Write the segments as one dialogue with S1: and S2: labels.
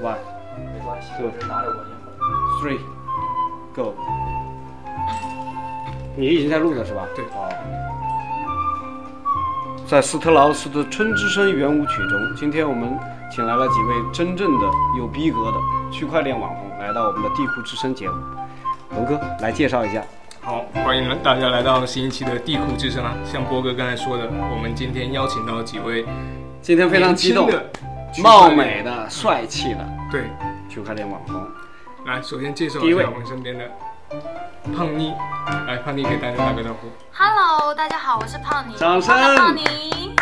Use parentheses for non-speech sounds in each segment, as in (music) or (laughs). S1: One,
S2: 没关系，
S1: 对
S2: 我是拿着我一会儿。
S1: three, go。你已经在录了是吧？
S3: 对
S1: 好。在斯特劳斯的《春之声》圆舞曲中，今天我们请来了几位真正的有逼格的区块链网红，来到我们的地库之声节目。文哥来介绍一下。
S3: 好，欢迎大家来到新一期的地库之声啊！像波哥刚才说的，我们今天邀请到几位
S1: 今天非常激动
S3: 年轻，的区块
S1: 貌
S3: 链
S1: 美的、帅气的
S3: 对，
S1: 区块链网红。
S3: 来首先介绍
S1: 第一
S3: 一
S1: 位
S3: 下我们身边的胖妮，来胖妮给大家打个招呼。
S4: Hello，大家好，我是胖妮，
S1: 掌声
S4: 我是胖妮，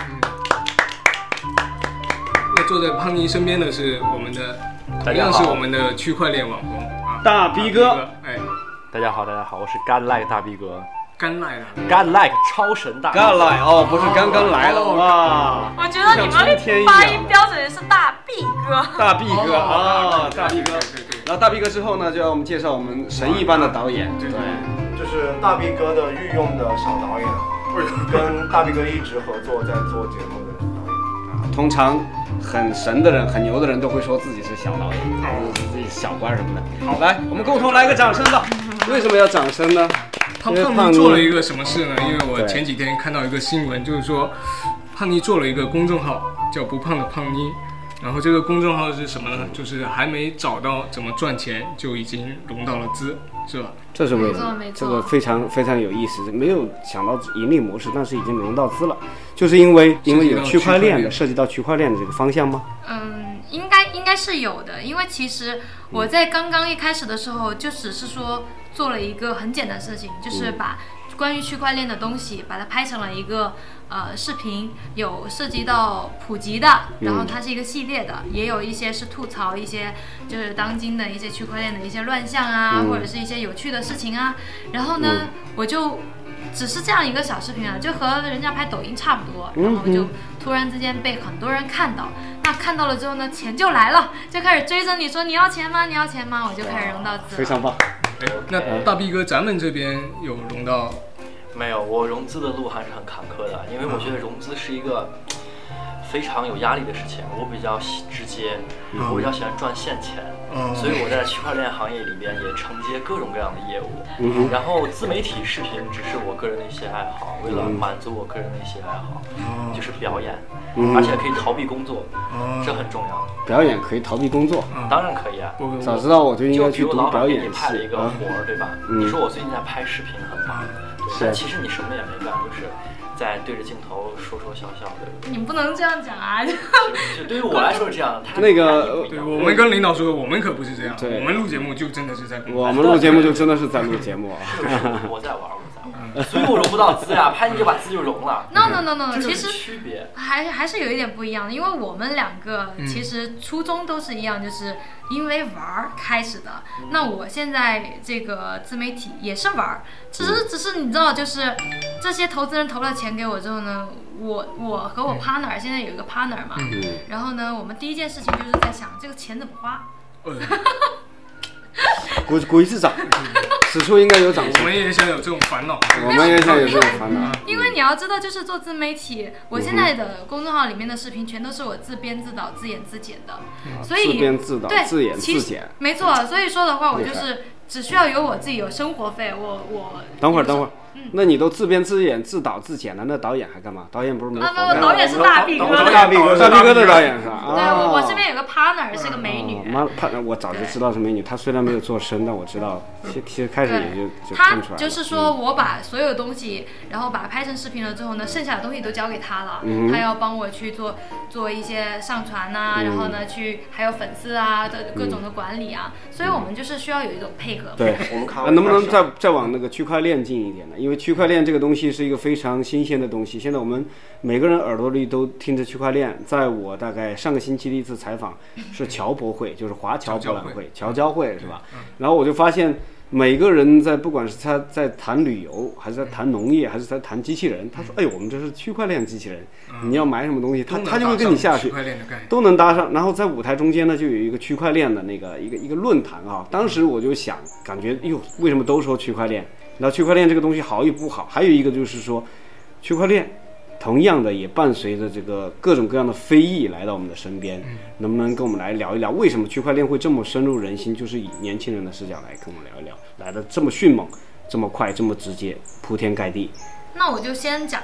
S3: 那坐在胖妮身边的是我们的，同样是我们的区块链网红啊，
S1: 大逼哥
S3: 哎，
S2: 大家好，大家好，我是干 like 大逼哥，
S3: 干赖了，
S2: 干 like 超神大
S1: 刚来哦，不是刚刚来了
S3: 哦
S1: 哇！
S4: 我觉得
S1: 像
S4: 你
S1: 春天啊
S4: 们
S1: 一
S4: 发音
S1: 样的
S4: 标准是大 B 哥。
S1: 大 B 哥啊，大 B 哥。
S3: 对对
S1: 然后大 B 哥之后呢，就让我们介绍我们神一般的导演，
S3: 对
S1: 对，
S5: 就是大 B 哥的御用的小导
S1: (laughs)
S5: 演，跟大 B 哥一直合作在做节目的导演。
S1: 通常很神的人、很牛的人都会说自己是小导演，自己小官什么的。好，来，我们共同来个掌声吧。为什么要掌声呢？
S3: 胖
S1: 因为
S3: 胖
S1: 胖妮
S3: 妮做了一个什么事呢？因为我
S1: 对
S3: 前几天看到一个新闻，就是说胖妮做了一个公众号，叫“不胖的胖妮”。然后这个公众号是什么呢？就是还没找到怎么赚钱，就已经融到了资，是吧？
S1: 这是为
S4: 没
S1: 什
S4: 错
S1: 么
S4: 没？错
S1: 这个非常非常有意思，没有想到盈利模式，但是已经融到资了，就是因为因为有区块链的涉及到区块链的这个方向吗？
S4: 嗯，应该应该是有的，因为其实我在刚刚一开始的时候，就只是说做了一个很简单的事情，
S1: 嗯
S4: 就是把关于区块链的东西，把它拍成了一个呃视频，有涉及到普及的，然后它是一个系列
S1: 嗯
S4: 的，也有一些是吐槽一些就是当今的一些区块链的一些乱象啊，
S1: 嗯
S4: 或者是一些有趣的事情啊。然后呢，我就只是这样一个小视频啊，就和人家拍抖音差不
S2: 嗯
S4: 多，然后就突然之间被很多人看到。那看到了之后呢，钱就来了， (laughs) 就开始追着你说你要钱吗？你要钱吗？我就开始扔到资
S1: 非
S4: 了。
S1: 常棒，
S3: 哎，那大 B 哥，咱们这边有融到
S2: 没有，我融资的路还是很坎坷的，因为我
S1: 嗯
S2: 觉得融资是一个非常有压力的事情。我比较喜直接，
S1: 嗯
S2: 我比较喜欢赚现钱，
S3: 哦
S2: 所以我在区块链行业里边也承接各种各样的业务。
S1: 嗯哼
S2: 然后自媒体视频只是我个人的一些爱好，为了满足我个人的一些爱好，
S3: 哦
S2: 就是表演，
S1: 嗯
S2: 而且可以逃避工作，
S3: 哦
S2: 这很重要。
S1: 表演可以逃避工作，
S2: 当然可以啊。
S3: 我我
S1: 早知道我就应
S2: 就
S1: 该
S2: 比
S1: 去
S2: 如
S1: 读
S2: 老板
S1: 表
S2: 给你
S1: 演
S2: 派了一
S1: 系
S2: 个
S1: 啊。
S2: 活儿，对吧？
S1: 嗯啊
S2: 你说我最近在拍视频很忙，对
S1: 是
S2: 但其实你什么也没干，就是在对着镜头说说笑笑的。
S4: 你不能这样讲啊！ (laughs)
S2: 就就对于我来说是这样的，他
S1: 那个
S3: 对我们跟领导说，我们可不是这样，
S1: 对
S3: 我们录节目就真的是在工作。
S1: 我们录节目就真的是在录节目啊。
S2: 我在玩，我在玩，所以我融不到资呀，拍你就把资就融
S4: (laughs)
S2: 了，
S4: no no no no，no，
S2: 这
S4: 其
S2: 就是
S4: 实
S2: 区别。
S4: 还还是有一点不一样的，因为我们两个其实初衷都是一样，就是因为玩儿开始的。那我现在这个自媒体也是玩儿，只是只是你知道，就是这些投资人投了钱给我之后呢，我我和我 partner 现在有一个 partner 嘛，
S1: 嗯
S4: 然后呢，我们第一件事情就是在想这个钱怎么花。
S3: 呃
S1: 鼓鼓一次掌，此处应该有掌
S3: 我
S1: 声。
S3: 们也想有这种烦恼。
S1: 我们也想有这种烦恼。
S4: 因为你要知道，就是做自媒
S1: 嗯
S4: 体，我现在的公众号里面的视频全都是我自编自导、自演自剪的，所以
S1: 啊自编自导
S4: 对
S1: 自演
S4: 其实
S1: 自剪
S4: 没错。所以说的话，我
S1: 厉害
S4: 就是只需要有我自己有生活费，我我
S1: 等会儿，等会儿
S4: 嗯，
S1: 那你都自编自演自导自剪了，那导演还干嘛？导演不是没活
S4: 啊不
S1: 干
S4: 不，
S1: 吗
S4: 导演是大 B
S3: 导
S4: 哥
S3: 导
S4: 的，
S3: 导
S1: 大 B 哥，大 B 哥的导演是吧？
S4: 对
S1: 啊
S4: 我我这边有个 partner 是个美
S1: 哦
S4: 女，
S1: 妈，怕我早就知道是美女。她虽然没有做声，但我知道，其实其实开始也就就
S4: 她
S1: 看出来了。嗯
S4: 就是说我把所有东西，然后把它拍成视频了之后呢，剩下的东西都交给她了
S1: 嗯，哼
S4: 她要帮我去做做一些上传呐、然后
S1: 嗯
S4: 呢去还有粉丝啊的各种的管理啊，所以我们就是需要有一种配合。
S1: 对，
S5: (laughs) 我们看
S1: 呃能不能再再往那个区块链近一点呢？因为区块链这个东西是一个非常新鲜的东西，现在我们每个人耳朵里都听着区块链。在我大概上个星期的一次采访，是侨博会，就是华侨博览会，侨交会嗯是吧？然后我就发现。每个人在不管是他在谈旅游，还是在谈农业，还是在谈机器人，他说：“哎呦，我们这是区块链机器人，你要买什么东西，他
S3: 都能
S1: 他就会跟你
S3: 搭上
S1: 下
S3: 区
S1: 去。”
S3: 块链的概念。
S1: 都能搭上。然后在舞台中间呢，就有一个区块链的那个一个一个论坛啊。当时我就想，感觉哟，为什么哎都说区块链？然后区块链这个东西好与不好，还有一个就是说，区块链同样的也伴随着这个各种各样的非议来到我们的身边，能不能跟我们来聊一聊，为什么区块链会这么深入人心？就是以年轻人的视角来跟我们聊一聊，来的这么迅猛，这么快，这么直接，铺天盖地。
S4: 那我就先讲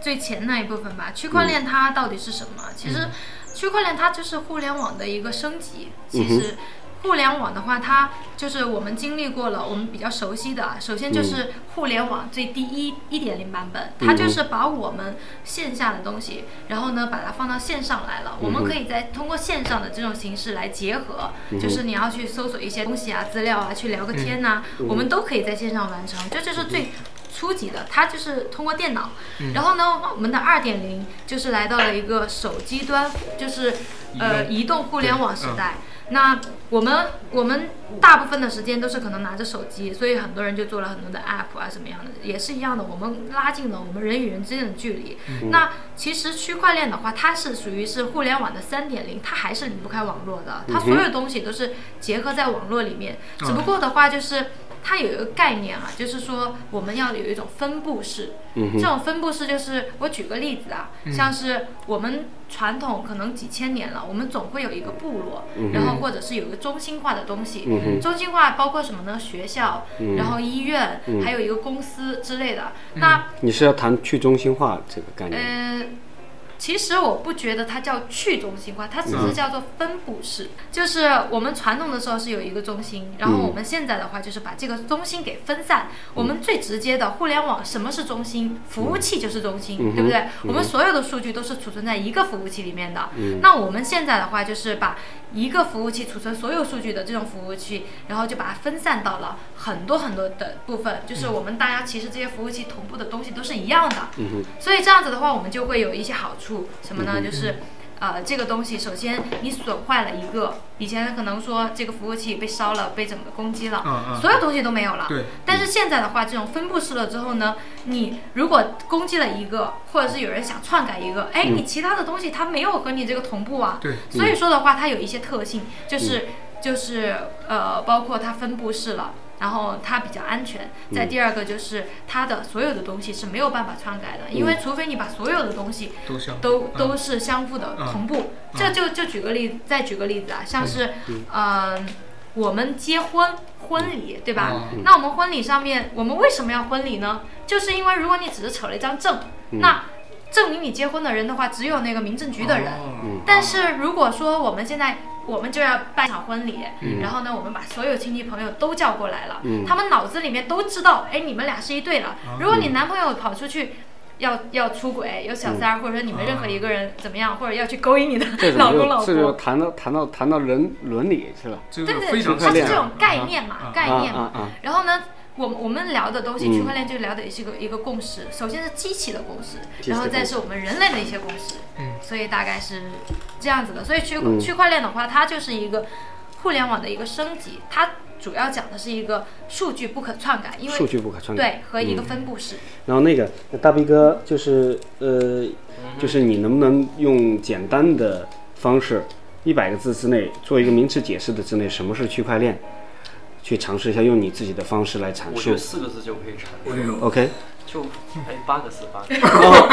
S4: 最前那一部分吧。区
S1: 嗯
S4: 块链它到底是什么？其实区块链它就是互联网的一个升级。
S1: 嗯
S4: 其实互联网的话，它就是我们经历过了，我们比较熟悉的啊。首先就是互联网最低一一点零版本，它就是把我们线下的东西，然后呢把它放到线上来了。我们可以再通过线上的这种形式来结合，就是你要去搜索一些东西啊、资料啊，去聊个天呐、我们都可以在线上完成。这就是最初级的，它就是通过电脑。然后呢，我们的二点零就是来到了一个手机端，就是呃移动互联网时代。那我们我们大部分的时间都是可能拿着手机，所以很多人就做了很多的 app 啊，什么样的也是一样的。我们拉近了我们人与人之间的距离。那其实区块链的话，它是属于是互联网的三点零，它还是离不开网络的，它所有东西都是结合在网络里面。只不过的话就是。它有一个概念啊，就是说我们要有一种分布式。这种分布式就是我举个例子啊，像是我们传统可能几千年了，我们总会有一个部落，然后或者是有一个中心化的东西。中心化包括什么呢？学校，然后医院，还有一个公司之类的。那
S1: 你是要谈去中心化这个概念？
S4: 呃，其实我不觉得它叫去中心化，它只是叫做分布式。就是我们传统的时候是有一个中心，然后我们现在的话就是把这个中心给分散。我们最直接的互联网，什么是中心？服务器就是中心，对不对？我们所有的数据都是储存在一个服务器里面的。那我们现在的话就是把一个服务器储存所有数据的这种服务器，然后就把它分散到了很多很多的部分，就是我们大家其实这些服务器同步的东西都是一样的。所以这样子的话，我们就会有一些好处，什么呢？就是。呃，这个东西，首先你损坏了一个，以前可能说这个服务器被烧了，被怎么攻击了，
S3: 嗯嗯
S4: 所有东西都没有了。
S3: 对。
S4: 但是现在的话，这种分布式了之后呢，你如果攻击了一个，或者是有人想篡改一个，哎，你其他的东西它没有和你这个同步啊。
S3: 对
S4: 所以说的话，它有一些特性，就是、
S3: 嗯
S4: 就是呃，包括它分布式了。然后它比较安全。
S3: 嗯
S4: 再第二个就是它的所有的东西是没有办法篡改的，因为除非你把所有的东西
S3: 都像
S4: 都
S3: 嗯
S4: 都是相互的
S3: 嗯
S4: 同步。这就就举个例子，再举个例子啊，像是嗯，我们结婚婚礼
S3: 嗯
S4: 对吧？
S3: 啊
S4: 那我们婚礼上面，我们为什么要婚礼呢？就是因为如果你只是扯了一张证，
S3: 嗯
S4: 那证明你结婚的人的话，只有那个民政局的人。
S1: 嗯
S3: 哦
S4: 但是如果说我们现在我们就要办一场婚礼，
S1: 嗯
S4: 然后呢，我们把所有亲戚朋友都叫过来了，他们脑子里面都知道，哎，你们俩是一对了。
S1: 嗯
S4: 如果你男朋友跑出去。要要出轨，有小三儿，或者说你们任何一个人怎么样，或者要去勾引你的
S1: 嗯这怎
S4: 老
S1: 么
S4: 公老
S1: 就这就
S4: 婆，
S1: 谈到谈到谈到伦伦理去了？
S3: 这
S4: 对
S3: 个
S4: 对，
S3: 非常
S4: 它是
S1: 恋
S4: 这
S1: 啊
S4: 种概念嘛，概
S1: 啊
S4: 念嘛。
S1: 啊啊！
S4: 然后呢，我我们聊的东西，
S1: 嗯
S4: 区块链就聊的也是一个一个共识，首先是机器的共识，
S1: 器的
S4: 然后再
S1: 共
S4: 是我们人类的一些共识，
S3: 嗯，
S4: 所以大概是这样子的。所以区
S1: 嗯
S4: 区块链的话，它就是一个互联网的一个升级，它主要讲的是一个数据不可篡改，因为
S1: 啊数据不可篡改。嗯
S4: 对和一个分布式。
S1: 然后那个那大逼哥就是呃，就是你能不能用简单的方式，一百个字之内做一个名词解释的之内，什么是区块链？去尝试一下，用你自己的方式来阐
S2: 我觉
S1: 述
S2: 得。四个字就可以产
S3: 哎呦
S1: OK，
S2: 就哎八个字八个字，
S1: (laughs)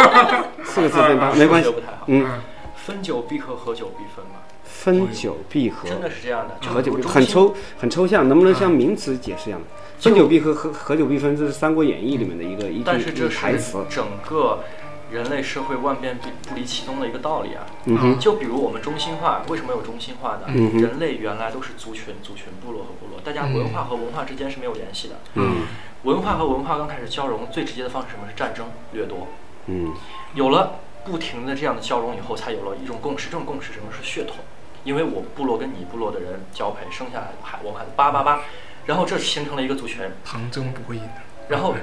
S1: 四个字对吧？没关系
S2: 数学。不太好。
S1: 嗯，
S2: 分久必合，合久必分嘛，
S1: 分久必合，
S2: 真的是这样的。就
S1: 合久必
S2: 我中
S1: 很
S2: 心嗯
S1: 抽很抽象，能不能像名词解释一样？分久必合，合合久必分，这是《三国演义》里面的一个一
S2: 但是
S1: 句
S2: 这
S1: 一句台
S2: 是
S1: 词。
S2: 整个人类社会万变不不离其宗的一个道理啊。
S1: 嗯哼，
S2: 就比如我们中心化，为什么有中心化呢？
S1: 嗯哼
S2: 人类原来都是族群、族群、部落和部落，大家文化和文化之间是没有联系的。
S1: 嗯
S2: 文化和文化刚开始交融，最直接的方式是什么是战争、掠夺。
S1: 嗯
S2: 有了不停的这样的交融以后，才有了一种共识。这种共识什么是血统？因为我部落跟你部落的人交配，生下来还我们还是八八八，然后这形成了一个族群，
S3: 旁征博引，
S2: 然后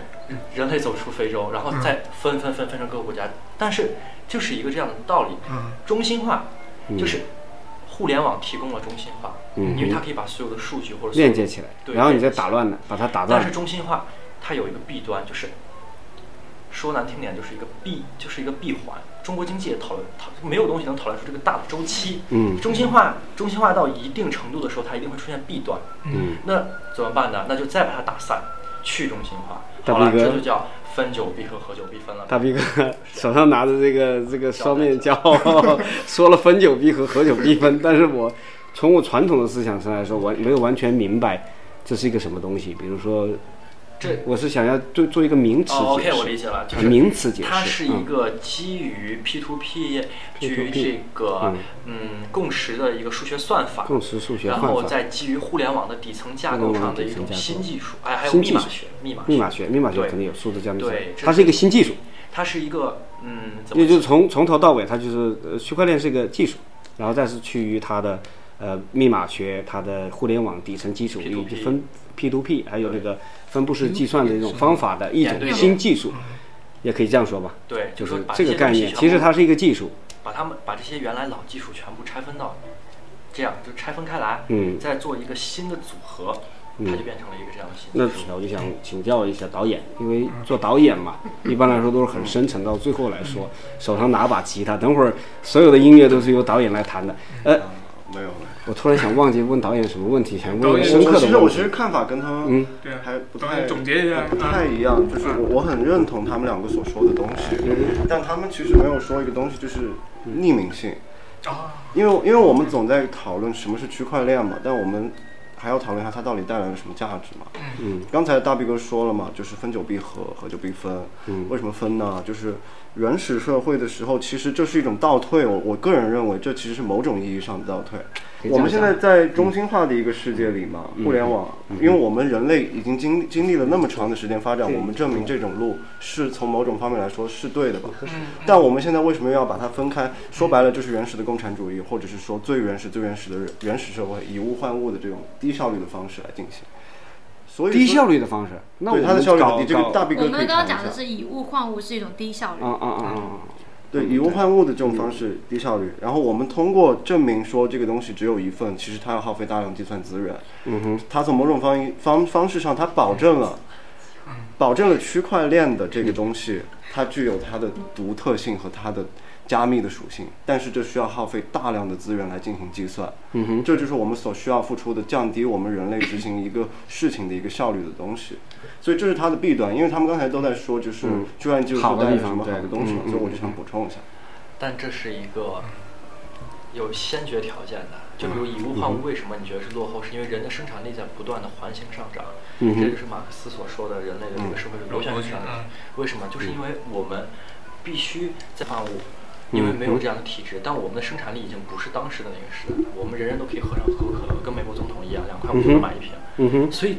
S2: 人类走出非洲，然后
S1: 嗯
S2: 再分分分分成各个国家。但是就是一个这样的道理，
S3: 嗯
S2: 中心化就是互联网提供了中心化，
S1: 嗯
S2: 因为它
S1: 哼，
S2: 可以把所有的数据或者所有
S1: 链
S2: 的
S1: 接起来，
S2: 对
S1: 然后你再
S2: 链接起来
S1: 打乱了，把它打
S2: 但
S1: 乱
S2: 是。中心化它有一个弊端，就是说难听点，就是一个闭，就是一个闭环。中国经济也讨论讨没有东西能讨论出这个大的周期。
S1: 嗯
S2: 中心化中心化到一定程度的时候，它一定会出现弊端。
S1: 嗯
S2: 那怎么办呢？那就再把它打散，去中心化。
S1: 大
S2: 好了，
S1: 逼格
S2: 这就叫分久必合，合久必分了。哦
S1: 大逼哥手上拿着这个这个烧面胶， (laughs) 说了分久必合，合久必分。但是我从我传统的思想上来说，完没有完全明白这是一个什么东西。比如说，
S2: 这
S1: 我是想要做做一个名词
S2: 哦
S1: 解
S2: ，OK，
S1: 释，
S2: 我理解了，就
S1: 啊
S2: 是
S1: 名词解释。
S2: 它是一
S1: 嗯
S2: 个基于 P2P、基于
S1: P2P
S2: 这个
S1: 嗯
S2: 嗯共识的一个数学算法，
S1: 共识数学
S2: 然
S1: 换
S2: 后
S1: 法。
S2: 再基于互联网的底层架构上的一种新技术，哎，还有
S1: 新
S2: 密
S1: 技
S2: 码
S1: 术
S2: 学，密码
S1: 密
S2: 学，
S1: 码学，密码学
S2: 对
S1: 肯定有数字加密技术
S2: 对，这
S1: 它是一个新技术，
S2: 它是一个嗯，怎么
S1: 也就是从从头到尾，它就是呃区块链是一个技术，然后再是趋于它的呃密码学、它的互联网底层基础
S2: P2P
S1: 以及分 P to P，还有那个分布式计算的一种方法的一种
S2: 点对点
S1: 新技术，也可以这样说吧，
S2: 对，
S1: 就
S2: 嗯说
S1: 是
S2: 把
S1: 这
S2: 些
S1: 个
S2: 东
S1: 概
S2: 西
S1: 念，
S2: 全
S1: 其实
S2: 部
S1: 它是一个技术，
S2: 把他们把这些原来老技术全部拆分到，这样就拆分开来，
S1: 嗯
S2: 再做一个新的组合，
S1: 嗯
S2: 它就变成了一个这样的新
S1: 那
S2: 技术。
S1: 我就想请教一下导演，因为做导演嘛，
S2: 嗯
S1: 一般来说都是很深沉，到最后来说，手上拿把吉他，等会儿所有的音乐都是由导演来弹的。呃，
S5: 没有。
S1: 我突然想忘记问导演什么问题，想问
S3: 导
S1: 一个
S3: 演
S1: 深
S5: 我
S1: 刻
S5: 我其实
S1: 的
S5: 我
S1: 问
S5: 其
S1: 题。
S5: 实看法跟他们
S1: 嗯
S3: 对啊
S5: 还不
S3: 导
S5: 太
S3: 演总结一下
S5: 还不
S3: 啊
S5: 太一样，就是
S3: 嗯
S5: 我我很认同他们两个所说的东西，
S1: 嗯
S5: 但他们其实没有说一个东西，就是匿名性。
S3: 啊，
S5: 因为因为我们总在讨论什么是区块链嘛，但我们还要讨论一下它到底带来了什么价值嘛。
S1: 嗯，
S5: 刚才大毕哥说了嘛，就是分久必合，合久必分。
S1: 嗯
S5: 为什么分呢？就是原始社会的时候，其实这是一种倒退。我我个人认为，这其实是某种意义上的倒退。
S1: 可以这样讲
S5: 我们现在在中心化的一个世界里嘛，互联网，因为我们人类已经经经历了那么长的时间发展，我们证明这种路是从某种方面来说是对的吧？嗯但我们现在为什么要把它分开？说白了就是原始的共产主义，或者是说最原始、最原始的原始社会，以物换物的这种低效率的方式来进行。所以说
S1: 低效率的方式，那我
S5: 对
S1: 们
S5: 它的效率很
S1: 搞
S5: 低，这个
S1: 搞
S5: 大 B
S4: 我
S5: 哥可
S4: 们
S5: 以
S4: 刚刚
S5: 谈一
S4: 讲
S5: 下
S4: 的。是以物换物是一种低效率
S1: 啊，啊啊啊啊！
S5: 对以物换物的这种
S1: 嗯
S5: 方式低效率，然后我们通过证明说这个东西只有一份，其实它要耗费大量计算资源。
S1: 嗯哼，
S5: 它从某种方方方式上，它保证了，
S1: 嗯
S5: 保证了区块链的这个东西，它具有它的独特性和它的加密的属性，但是这需要耗费大量的资源来进行计算。
S1: 嗯哼，
S5: 这就是我们所需要付出的降低我们人类执行一个事情的一个效率的东西，所以这是它的弊端。因为他们刚才都在说，就是
S1: 嗯
S5: 区块链技术
S1: 好的
S5: 带来
S1: 地
S5: 什
S1: 方
S5: 么好的
S1: 对
S5: 东西嘛，
S1: 嗯嗯
S5: 所以我就想补充一下。
S2: 但这是一个
S1: 嗯
S2: 有先决条件的，就比如以物换
S1: 嗯
S2: 物，为什么你觉得是落后？是因为人的生产力在不断的环形上涨，
S1: 嗯哼
S2: 这就是马克思所说的人类的这个社会是螺旋生产
S3: 嗯
S2: 的。啊为什么？就是因为我们必须在换物。
S1: 嗯
S2: 因为没有这样的体制，但我们的生产力已经不是当时的那个时代了。我们人人都可以喝上可口可乐，跟美国总统一样，两块五就能买一瓶。
S1: 嗯哼，
S2: 所以，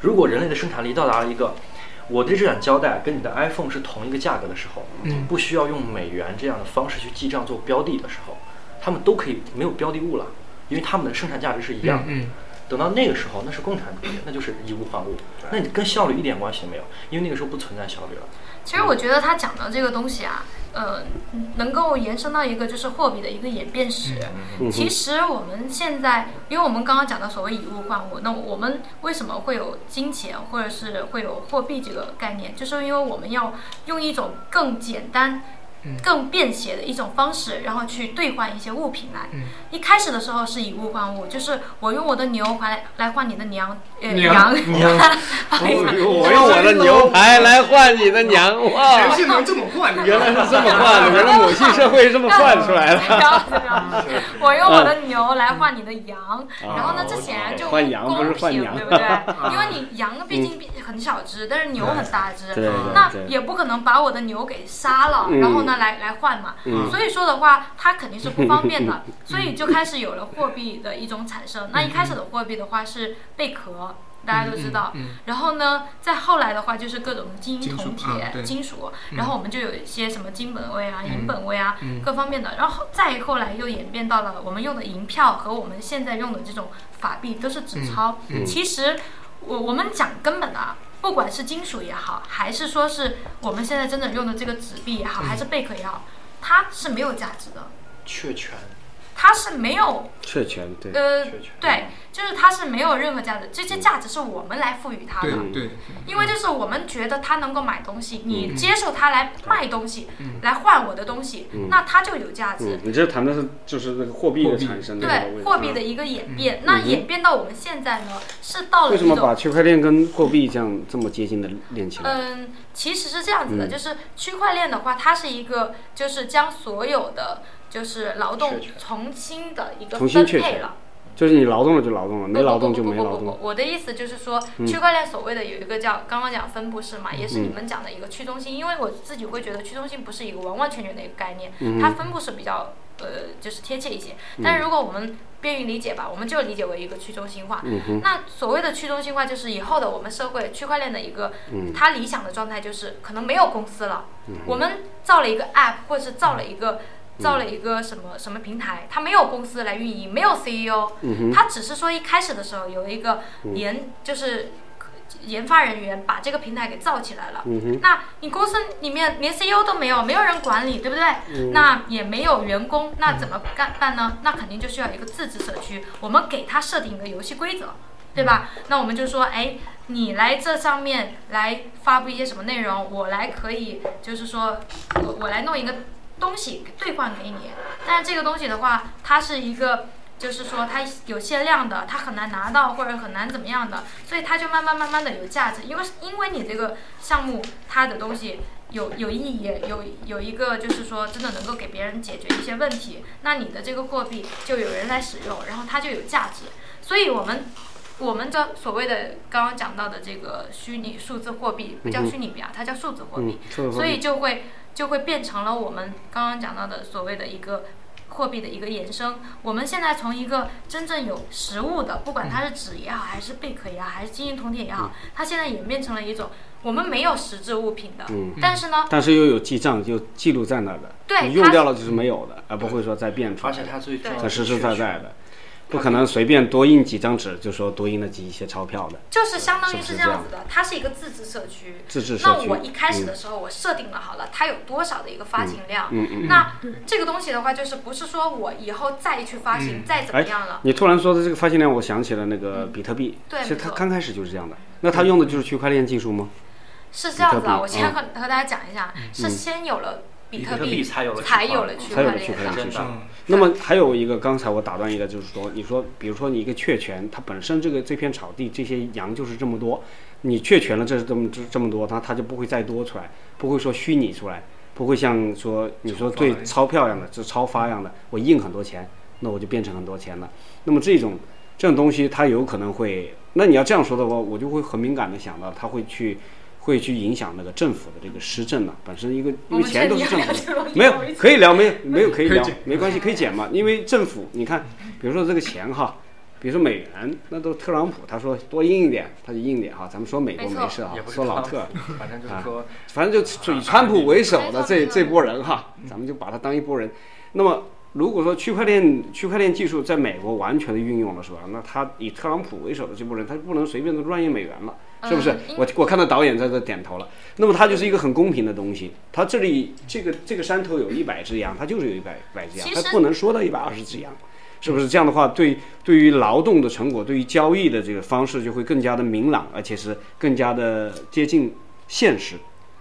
S2: 如果人类的生产力到达了一个，我的这盏胶带跟你的 iPhone 是同一个价格的时候，
S4: 嗯
S2: 不需要用美元这样的方式去记账做标的的时候，他们都可以没有标的物了，因为他们的生产价值是一样的。
S3: 嗯
S2: 等到那个时候，那是共产主义，那就是以物换物，那你跟效率一点关系没有，因为那个时候不存在效率了。
S4: 其实我觉得他讲的这个东西啊，呃，能够延伸到一个就是货币的一个演变史。其实我们现在，因为我们刚刚讲到所谓以物换物，那我们为什么会有金钱或者是会有货币这个概念？就是因为我们要用一种更简单、更便携的一种方式，然后去兑换一些物品来。一开始的时候是以物换物，就是我用我的牛换来来换你的娘，呃，
S3: 娘
S4: (laughs) 羊，
S3: 啊
S1: 我用我的牛排来换你的娘哇！
S3: 人是能哎这么换
S4: (laughs)
S3: 的，
S1: 原来是这么换的，原来某些社会是这么换出来的。
S4: 然后怎么样？ (laughs) 我用我的牛来换你的羊，然后呢，这显然就不
S1: 啊
S4: 公
S1: 换
S4: 平，
S1: 羊不是换羊啊
S4: 对
S1: (laughs)
S4: 不对？因为你羊毕竟很小只，但是牛很大
S1: 嗯对
S4: 只，
S1: 对
S4: 那
S1: 对
S4: 也不可能把我的牛给杀了，
S1: 嗯
S4: 然后呢来来换嘛。所以说的话，它肯定是不方
S1: (laughs)
S4: 便的，所以就开始有了货币的一种产生。那一开始的货币的话是贝壳。大家都知道，
S3: 嗯
S4: 然后呢，再后来的话就是各种金银
S3: 金属
S4: 铜
S3: 啊
S4: 铁、
S3: 对
S4: 金属，然后我们就有一些什么金本位啊、银
S3: 嗯
S4: 本位啊，
S3: 嗯
S4: 各方面的，然后再后来又演变到了我们用的银票和我们现在用的这种法币都是纸钞。
S3: 嗯
S4: 其实我我们讲根本的啊，不管是金属也好，还是说是我们现在真
S3: 嗯
S4: 的用的这个纸币也好，还是贝壳也好，它是没有价值的。
S2: 确权，
S4: 它是没有
S1: 确权对，
S4: 呃
S2: 确权，
S4: 对，就是它是没有任何价值，这些价值是我们来赋予它的。
S3: 对对，
S4: 因为就是我们觉得他能够买东
S1: 嗯
S4: 西，你接受他来卖东西，来换我的东西，那它就有价值
S1: 嗯。，你这谈的是就是那个货币
S3: 货
S1: 的
S3: 币
S1: 产生的这个问
S4: 对
S1: 题
S4: 货币的一个演变，那演变到我们现在呢，是到了
S1: 嗯为什么
S4: 一
S1: 把
S4: 种。
S1: 区块链跟货币这样这么接近的连起来？
S4: 嗯，其实是这样子
S1: 嗯
S4: 的，就是区块链的话，它是一个就是将所有的就是劳动
S2: 确权
S4: 重新的一个
S1: 重新
S4: 分
S1: 确权
S4: 配了，
S1: 就是你劳动了就劳动了，嗯没劳动就没
S4: 不
S1: 劳
S4: 不不不
S1: 动。嗯
S4: 不我的意思就是说，区块链所谓的有一个叫刚刚讲分布式嘛，也是你们讲的一个去中心，因为我自己会觉得去中心不是一个完完全全的一个概念，
S1: 嗯
S4: 它分布式比较呃就是贴切一些。但是如果我们便于理解吧，我们就理解为一个去中心化。
S1: 嗯
S4: 那所谓的去中心化，就是以后的我们社会区块链的一个，
S1: 嗯
S4: 它理想的状态就是可能没有公司了，我们造了一个 app 或者是
S1: 嗯
S4: 造了一个。造了一个什么什么平台，它没有公司来运营，没有 E CEO，、它
S1: 嗯
S4: 只是说一开始的时候有一个研，就是研发人员把这个平台给造起来了。
S1: 嗯
S4: 那你公司里面连 CEO 都没有，没有人管理，对不对？
S1: 嗯
S4: 那也没有员工，那怎么干办呢？那肯定就需要一个自治社区，我们给它设定一个游戏规则，对吧？那我们就说，哎，你来这上面来发布一些什么内容，我来可以，就是说我我来弄一个东西兑换给你，但是这个东西的话，它是一个。就是说它有限量的，它很难拿到或者很难怎么样的，所以它就慢慢慢慢的有价值，因为因为你这个项目它的东西有有意义，有有一个就是说真的能够给别人解决一些问题，那你的这个货币就有人来使用，然后它就有价值，所以我们。我们的所谓的刚刚讲到的这个虚拟数字货币，不叫虚拟币啊，它叫数字货币。
S1: 嗯，这个货
S4: 所以
S1: 币
S4: 就会就会变成了我们刚刚讲到的所谓的一个货币的一个延伸。我们现在从一个真正有实物的，不管它是纸也好，还是贝壳也好，还是金银铜铁也好，
S1: 嗯
S4: 它现在演变成了一种我们没有实质物品的，
S1: 嗯
S4: 但是呢，
S1: 但是又有记账，就记录在那儿的。
S4: 对
S1: 你用
S4: 它
S1: 掉了就是没有的，而不会说再变出
S2: 而
S1: 来
S2: 且
S1: 的，
S2: 它最重要
S1: 它
S2: 的
S1: 实
S2: 是
S1: 实在
S2: 确权
S1: 在的，不可能随便多印几张纸就说多印了几一些钞票的。
S4: 就是相当于
S1: 是不是
S4: 这
S1: 这
S4: 样
S1: 样
S4: 子的，它是一个自治社区。
S1: 自治
S4: 那
S1: 社区，
S4: 我一开始的时候，我设定了好了，它有多少的一个发行量？
S1: 嗯嗯。
S4: 那这个东西的话，就是不是说我以后再去发行，再怎么
S1: 哎
S4: 样了？
S1: 你突然说的这个发行量，我想起了那个比特币。
S4: 对
S1: 其实
S4: 没
S1: 它
S4: 错
S1: 刚开始就是这样的。那它用的就是区块链技术吗？
S4: 是这样子
S1: 比特
S4: 啊，
S1: 币嗯
S4: 我先和和大家讲一下，是先有了比特
S2: 比特币才有了
S4: 才
S2: 区块
S4: 有了
S2: 嗯
S4: 区
S1: 才有
S4: 块
S1: 了区
S4: 链
S1: 块链技
S4: 的。
S2: 真
S1: 术。
S2: 的，
S1: 那么还有一个，刚才我打断一个，就是说，你说，比如说你一个确权，它本身这个这片草地这些羊就是这么多，你确权了这是这么这这么多，它它就不会再多出来，不会说虚拟出来，不会像说你说
S3: 超发
S1: 对钞票一样的，就超发一样的，我印很多钱，那我就变成很多钱了。那么这种这种东西，它有可能会，那你要这样说的话，我就会很敏感的想到，它会去会去影响那个政府的这个施政呢、本身一个因
S4: 我
S1: 为
S4: 们
S1: 钱都是
S4: 确
S1: 政
S4: 定
S1: 府的。
S4: 要聊这个
S1: 没有，可以聊，没有没有可以
S3: 可以
S1: 聊
S3: 剪，
S1: 没关系，可以减嘛。因为政府，你看，比如说这个钱哈，比如说美元，那都特朗普他说多印一点，他就印一点哈。咱们说美国
S4: 没错
S1: 没事哈
S2: 也，不是
S1: 说老
S2: 特
S1: 特啊
S2: 朗，普，反正就是说，
S1: 反正就以川普为首的这
S4: 没错
S1: 这波人哈，咱们就把他当一波人。那么如果说区块链区块链技术在美国完全的运用了，是吧？那他以特朗普为首的这波人，他就不能随便的乱印美元了。是不是
S4: 嗯？因
S1: 我我看到导演在这点头了。那么它就是一个很公平的东西，它这里这个这个山头有一百只羊，它就是有一百百只羊
S4: 其，
S1: 它
S4: 实
S1: 不能说到一百二十只羊，是不是？这样的话，对对于劳动的成果，对于交易的这个方式就会更加的明朗，而且是更加的接近现实。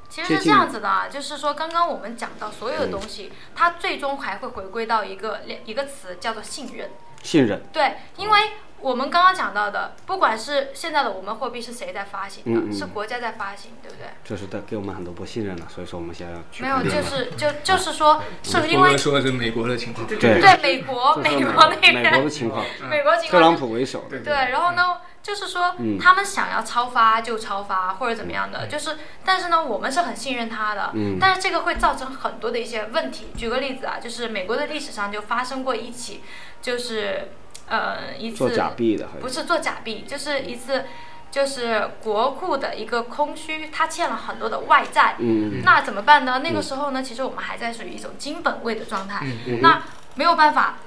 S4: 其实是这样子的啊，就是说刚刚我们讲到所有的东
S1: 嗯
S4: 西，它最终还会回归到一个一个词叫做信任。
S1: 信任，
S4: 对，因为我们刚刚讲到的，不管是现在的我们货币是谁在发行的，
S1: 嗯嗯
S4: 是国家在发行，对不对？
S1: 这是在给我们很多不信任了，所以说我们现在要去
S4: 没有，
S1: 看
S4: 就
S1: 看
S4: 是就就是
S1: 嗯
S4: 说，是因
S3: 峰
S4: 为
S3: 哥说的是美国的情况，
S1: 对
S4: 对美国
S1: 这是
S4: 美
S1: 美
S4: 国那
S1: 国
S4: 边
S1: 的情况，
S4: 美国情
S1: 特
S4: 况
S1: 朗
S4: 是
S1: 普为首的，
S4: 对，然后呢，就是说
S1: 嗯
S4: 他们想要超发就超发或者怎么样的，就是但是呢，我们是很信任他的，
S1: 嗯
S4: 但是这个会造成很多的一些问题。举个例子啊，就是美国的历史上就发生过一起，就是呃一
S1: 做
S4: 次
S1: 假币的，还
S4: 不
S1: 有
S4: 是做假币，就是一次。就是国库的一个空虚，它欠了很多的外债，
S1: 嗯嗯
S4: 那怎么办呢？那个
S3: 嗯
S4: 时候呢，其实我们还在属于一种金本位的状态，那没有办法，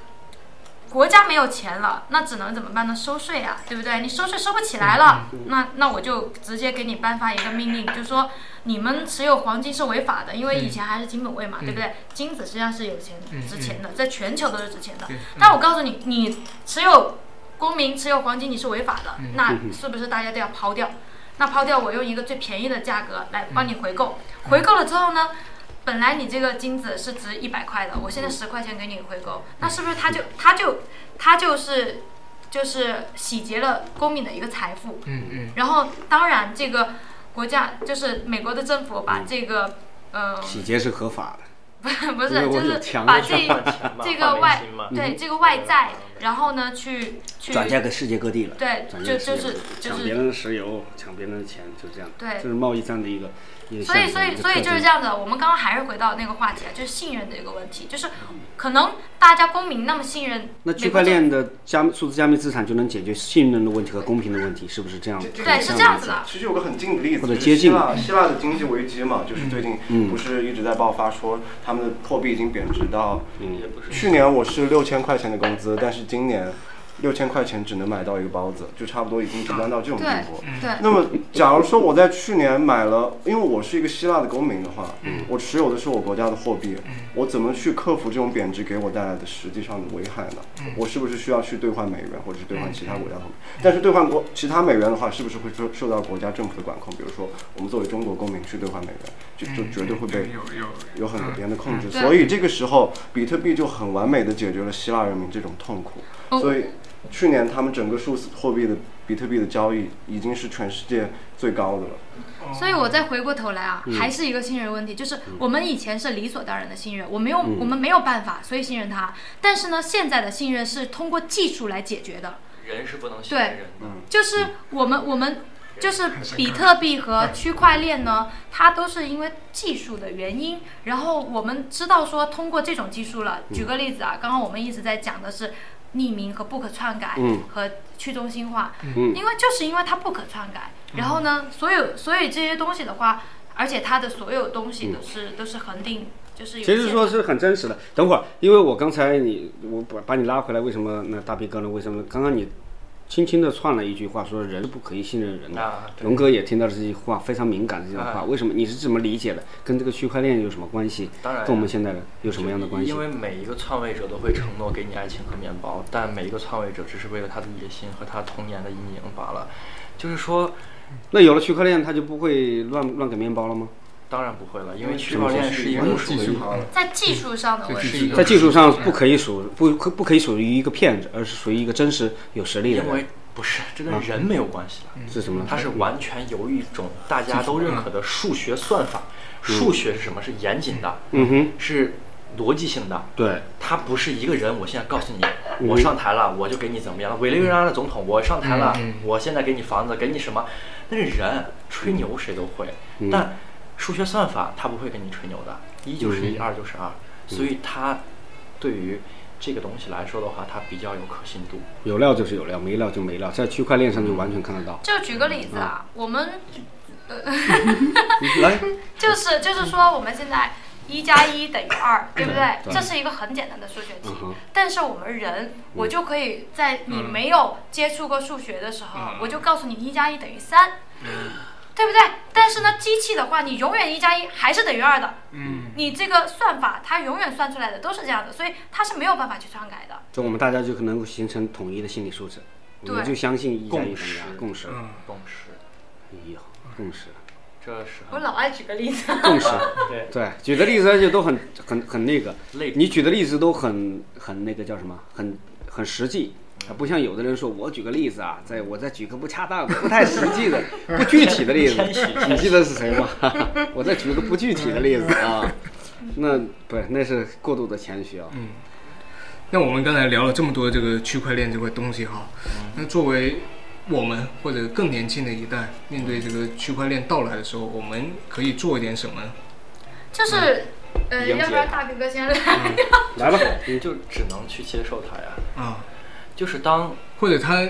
S4: 国家没有钱了，那只能怎么办呢？收税啊，对不对？你收税收不起来了，
S3: 嗯
S4: 那那我就直接给你颁发一个命令，就说你们持有黄金是违法的，因为以前还是金本位嘛，对不对？金子实际上是有钱
S3: 嗯
S4: 值钱的，在全球都是值钱的
S3: 对。
S1: 嗯
S4: 但我告诉你，你持有公民持有黄金你是违法的，
S1: 嗯
S4: 那是不是大家都要抛掉？那抛掉，我用一个最便宜的价格来帮你回
S1: 嗯
S4: 购，回购了之后呢？本来你这个金子是值一百块的，我现在十块钱给你回购，那是不是他就
S1: 嗯
S4: 他就他就是就是洗劫了公民的一个财富？
S3: 嗯嗯
S4: 然后当然这个国家就是美国的政府把这个呃
S1: 嗯洗劫是合法的，
S4: (laughs) 不
S1: 因为
S4: 是
S1: 我
S4: 就
S1: 有
S4: 是
S1: 强的
S4: 把这
S2: 钱嘛
S4: 这
S2: 换
S4: 个
S2: 美
S4: 外
S2: 金嘛嗯
S4: 对这个外债，然后呢去去
S1: 转嫁给世界各地了。
S4: 对
S1: 转
S4: 就
S1: 嫁世界
S4: 就是
S1: 各地
S4: 就
S1: 抢别
S4: 是
S1: 人的石油，抢别人的钱，就这样。
S4: 对
S1: 这是贸易战的一个一个
S4: 所以，
S1: 象征
S4: 所以，
S1: 一个
S4: 所以
S1: 特
S4: 就是
S1: 征
S4: 这样子。我们刚刚还是回到那个话题啊，就是信任的一个问题，就是可能大家公民那么信任
S1: 那
S4: 美
S1: 区
S4: 国
S1: 块
S4: 政
S1: 链的加密数字加密资产就能解决信任的问题和公平的问题，是不是这样？
S5: 这
S4: 对是这样子的，
S5: 其实有个很近的例子，
S1: 或者
S5: 就是
S1: 接近
S5: 希腊希腊的经济危机嘛，就是最近
S1: 嗯
S5: 不是一直在爆发说他们的货币已经贬值到，
S1: 嗯
S2: 也不是
S5: 去年我是六千块钱的工资，但是今年六千块钱只能买到一个包子，就差不多已经极端到这种地步。
S4: 对
S5: 那么，假如说我在去年买了，因为我是一个希腊的公民的话，我持有的是我国家的货币，我怎么去克服这种贬值给我带来的实际上的危害呢？我是不是需要去兑换美元，或者是兑换其他国家的货币？但是兑换国其他美元的话，是不是会受受到国家政府的管控？比如说，我们作为中国公民去兑换美元，就就绝对会被
S3: 嗯有有
S5: 有很多别人的控制。
S4: 对
S5: 所以这个时候，比特币就很完美的解决了希腊人民这种痛苦。
S4: 哦
S5: 所以去年他们整个数字货币的比特币的交易已经是全世界最高的了。
S4: 所以我再回过头来啊，还是一个信任问题，就是我们以前是理所当然的信任，我没有，我们没有办法，所以信任他。但是呢，现在的信任是通过技术来解决的，
S2: 人是不能信任人的。
S1: 嗯
S4: 就是我们我们就是比特币和区块链呢，它都是因为技术的原因，然后我们知道说通过这种技术了。
S1: 嗯
S4: 举个例子啊，刚刚我们一直在讲的是匿名和不可篡改
S1: 嗯
S4: 和去中心化，
S1: 嗯
S4: 因为就是因为它不可篡改，然后呢，所有所以这些东西的话，而且它的所有东
S1: 嗯
S4: 西都是都是恒定，就是有
S1: 其实
S4: 限
S1: 说是很真实的。等会儿，因为我刚才你我把把你拉回来，为什么那大逼哥呢？为什么刚刚你轻轻的串了一句话，说人是不可以信任人的。
S2: 啊，对
S1: 嗯龙哥也听到这句话，非常敏感的这句话，
S2: 啊
S1: 为什么？你是怎么理解的？跟这个区块链有什么关系？
S2: 当然
S1: 跟我们现在有什么样的关系
S2: 啊因？为每一个篡位者都会承诺给你爱情和面包，但每一个篡位者只是为了他的野心和他童年的阴影罢了。就是说，
S1: 那有了区块链，他就不会乱乱给面包了吗？
S2: 当然不会了，因为区块链是一
S5: 完
S2: 种
S5: 全
S2: 属
S5: 技
S2: 于
S5: 术化的。
S4: 在技术上
S1: 嗯
S4: 的问
S3: 这
S4: 题。
S3: 是一个
S1: 在技术上不可以属不可不可以属于一个骗子，而是属于一个真实有实力的
S2: 因
S1: 人
S2: 为。不是这跟人没有关系了，
S1: 是啊什么呢？
S2: 它是完全由一种大家都认可的数学算法。数学是什么？是严谨的，
S1: 嗯哼，
S2: 是逻辑性的。
S1: 对，
S2: 他不是一个人，我现在告诉
S1: 嗯
S2: 你，我上台了，我就给你怎么样？委内瑞拉的总统，我上台了，
S1: 嗯
S2: 我现在给你房子，给你什么？那是人，吹牛谁都会，
S1: 嗯
S2: 但数学算法他不会跟你吹牛的，一就是
S1: 嗯
S2: 一，二就是二，所以他对于这个东西来说的话，它比较有可信度。
S1: 有料就是有料，没料就没料，在区块链上就完全看得到。
S4: 就举个例子
S1: 嗯
S4: 啊，我们
S1: 呃来，
S4: (laughs) 就是就是说，我们现在一加一等于二，对不对？
S1: 嗯对
S4: 这是一个很简单的数学题
S1: 嗯哼，嗯
S4: 但是我们人，我就可以在你没有接触过数学的时候，
S1: 嗯
S4: 我就告诉你一加一等于三，对不对？但是呢，机器的话，你永远一加一还是等于二的，
S3: 嗯
S4: 你这个算法它永远算出来的都是这样的，所以它是没有办法去篡改的。
S1: 就我们大家就可能够形成统一的心理素质，我们
S4: 对
S1: 就相信一加一
S2: 共
S1: 等于二，
S2: 识
S1: 共识，
S3: 嗯
S2: 共识，
S1: 一号共识，
S2: 这是
S1: 嗯
S4: 我老爱举个例子，
S1: 共识。 (laughs)
S2: 对
S1: 对，举的例子而且都很很很那个，
S2: 类比
S1: 你举的例子都很很那个叫什么，很很实际。
S2: 嗯
S1: 啊不像有的人说，我举个例子啊，再我再举个不恰当的、不太实际的、 (laughs) 不具体的例子
S2: (laughs) 谦虚谦，虚
S1: 你记得是谁吗？ (laughs) 我再举个不具体的例子啊，那不是那是过度的谦虚啊。
S3: 那我们刚才聊了这么多这个区块链这块东西哈，那作为我们或者更年轻的一代，面对这个区块链到来的时候，我们可以做一点什么呢？
S4: 就是，
S1: 嗯
S4: 呃，
S2: 迎接
S4: 要不然大哥哥先来。
S1: 来吧，
S2: 你就只能去接受它呀。
S3: 啊，
S2: 就是当
S3: 或者它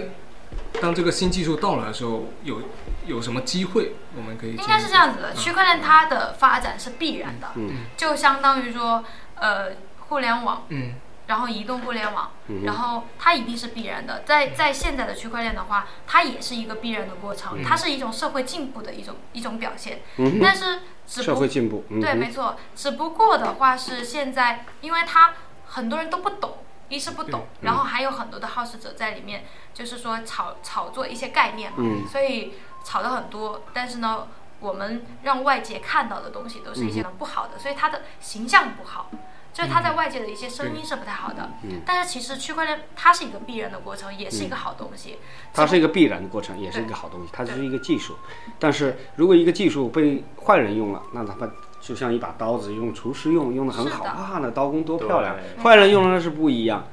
S3: 当这个新技术到来的时候，有有什么机会我们可以
S4: 应该是这样子的，区块链它的发展是必然的，就相当于说，呃，互联网
S3: 嗯
S4: 然后移动互联网，然后它一定是必然的。在在现在的区块链的话，它也是一个必然的过程，它是一种社会进步的一种一种表现。但是只
S1: 嗯社
S4: 不
S1: 会进步，嗯
S4: 对，
S1: 哼
S4: 没错，只不过的话是现在，因为它很多人都不懂，一是不懂，然
S1: 嗯
S4: 后还有很多的好事者在里面，就是说炒炒作一些概念嘛，
S1: 嗯
S4: 所以炒的很多，但是呢。我们让外界看到的东西都是一
S1: 嗯
S4: 些不好的，所以它的形象不好，就是它在外界的一些声音是不太好的。
S1: 嗯
S4: 但是其实区块链它是一个必然的过程，也是一个好东西。
S1: 它是一个必然的过程，也是一个好东西，它就是一个技术。但是如果一个技术被坏人用了，那哪怕就像一把刀子，用厨师用用的很好
S4: 是的
S1: 啊，那刀工多漂亮
S2: 对！
S1: 坏人用了那是不一样，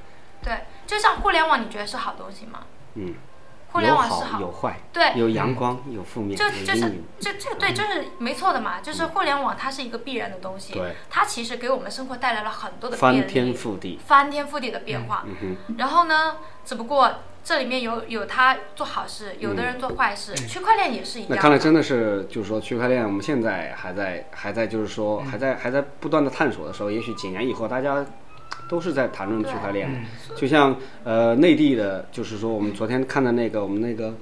S4: 对，就像互联网，你觉得是好东西吗？
S1: 嗯，
S4: 互联
S1: 有
S4: 网是
S1: 好有坏，
S4: 对，
S1: 有阳光有负面，
S4: 就
S1: 有
S4: 就
S1: 阴
S4: 是
S1: 影。
S4: 这这对，就是没错的嘛，就是互联网它是一个必然的东西，
S1: 对
S4: 它其实给我们生活带来了很多的便利
S1: 翻天覆地，嗯
S4: 翻天覆地的变化。然后呢，只不过这里面有有他做好事，有的人做坏事，区块链也是一样
S1: 嗯那
S4: 的。
S1: 看来真的是，就是说区块链，我们现在还在还在就是
S4: 嗯
S1: 说还在还在不断的探索的时候，也许几年以后大家都是在谈论区块链。就像呃内地的，就是说我们昨天看的那个我们那个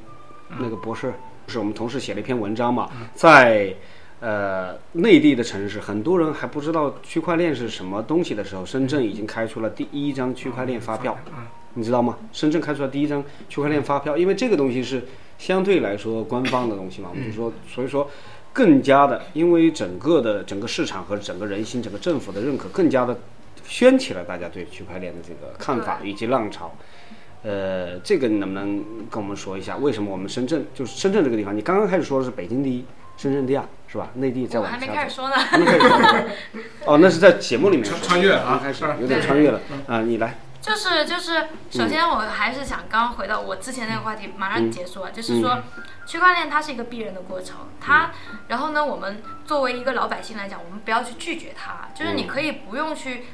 S1: 那个博士，就是我们同事写了一篇文章嘛，在。呃，内地的城市，很多人还不知道区块链是什么东西的时候，深圳已经开出了第一张区块链发票。你知道吗？深圳开出来第一张区块链发票，因为这个东西是相对来说官方的东西嘛，我
S4: 嗯
S1: 们就说，所以说更加的，因为整个的整个市场和整个人心、整个政府的认可，更加的掀起了大家对区块链的这个看法以及浪潮。呃，这个你能不能跟我们说一下，为什么我们深圳就是深圳这个地方？你刚刚开始说的是北京第一，深圳第二，是吧？内地再
S4: 我
S1: 往
S4: 还
S1: 下
S4: 没开
S1: 走
S4: 始。说呢，
S1: 还没开始说
S4: (laughs)
S1: 哦，那是在节目里面
S3: 穿
S1: 说
S3: 穿越了啊
S1: 刚开始有点
S4: 对
S1: 穿越了啊！你来，
S4: 就是就是，首先我还是想刚刚回到我之前那个话题，马上结束啊，就是说区块链它是一个必然的过程，它然后呢，我们作为一个老百姓来讲，我们不要去拒绝它，就是你可以不用去。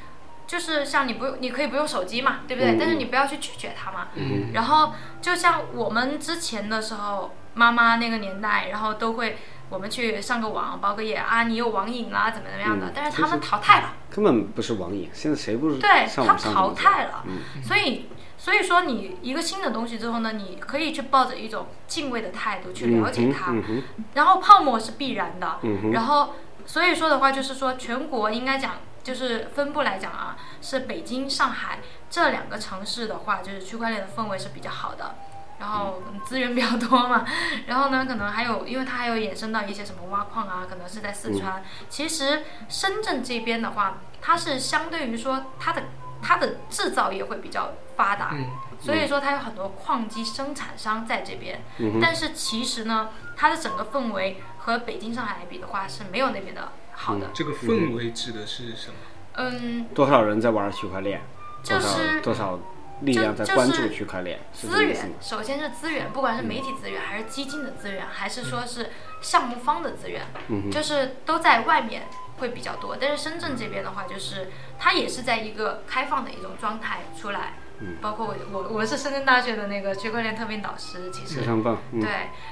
S4: 就是像你不用，你可以不用手机嘛，对不对？但是你不要去拒绝它嘛。然后就像我们之前的时候，妈妈那个年代，然后都会我们去上个网，包个夜啊，你有网瘾啦，怎么怎么样的。但是他们淘汰了，
S1: 根本不是网瘾，现在谁不是
S4: 对，
S1: 嗯上
S4: 它
S1: 网上这么
S4: 淘
S1: 多
S4: 汰了，所以所以说你一个新的东西之后呢，你可以去抱着一种敬畏的态度去了解它，
S1: 嗯哼嗯
S4: 然后泡沫是必然的，然后所以说的话就是说全国应该讲就是分布来讲啊，是北京、上海这两个城市的话，就是区块链的氛围是比较好的。然后嗯资源比较多嘛，然后呢，可能还有，因为它还有衍生到一些什么挖矿啊，可能是在四川。其实深圳这边的话，它是相对于说它的它的制造业会比较发达，所以说它有很多矿机生产商在这边。但是其实呢，它的整个氛围和北京、上海来比的话是没有那边的好的。
S3: 这个氛围指的是什么？
S4: 嗯，
S1: 多少人在玩区块链，
S4: 就
S1: 多少
S4: 是
S1: 多少力量在
S4: 就
S1: 关
S4: 就
S1: 注
S4: 是
S1: 区块链，是这
S4: 资
S1: 个意思
S4: 源
S1: 吗？
S4: 首先是资源，不管是媒体资源，还是基金的资源，还是说是项目方的资源，
S1: 嗯
S4: 就是都在外面会比较多。但是深圳这边的话，就是它也是在一个开放的一种状态出来。
S1: 嗯
S4: 包括我我我是深圳大学的那个区块链特聘导师，其实
S1: 非常棒，嗯
S4: 对，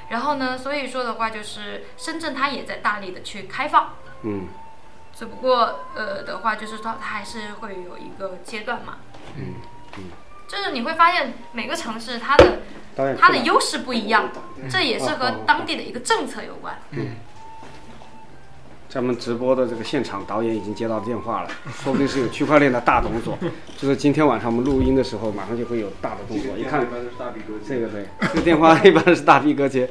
S4: 然后呢，所以说的话就是深圳它也在大力的去开放，
S1: 嗯，
S4: 只不过呃的话就是说它还是会有一个阶段嘛，嗯嗯，就是你会发现每个城市它的
S1: 导演
S4: 它的
S1: 出来
S4: 优势不一样，这也是和当地的一个政策有关。
S1: 嗯咱们直播的这个现场，导演已经接到电话了，说不定是有区块链的大动作，就是今天晚上我们录音的时候，马上就会有大的动作，一看
S5: 一般都是大笔勾
S1: 这个对，这个电话一般是大逼哥接，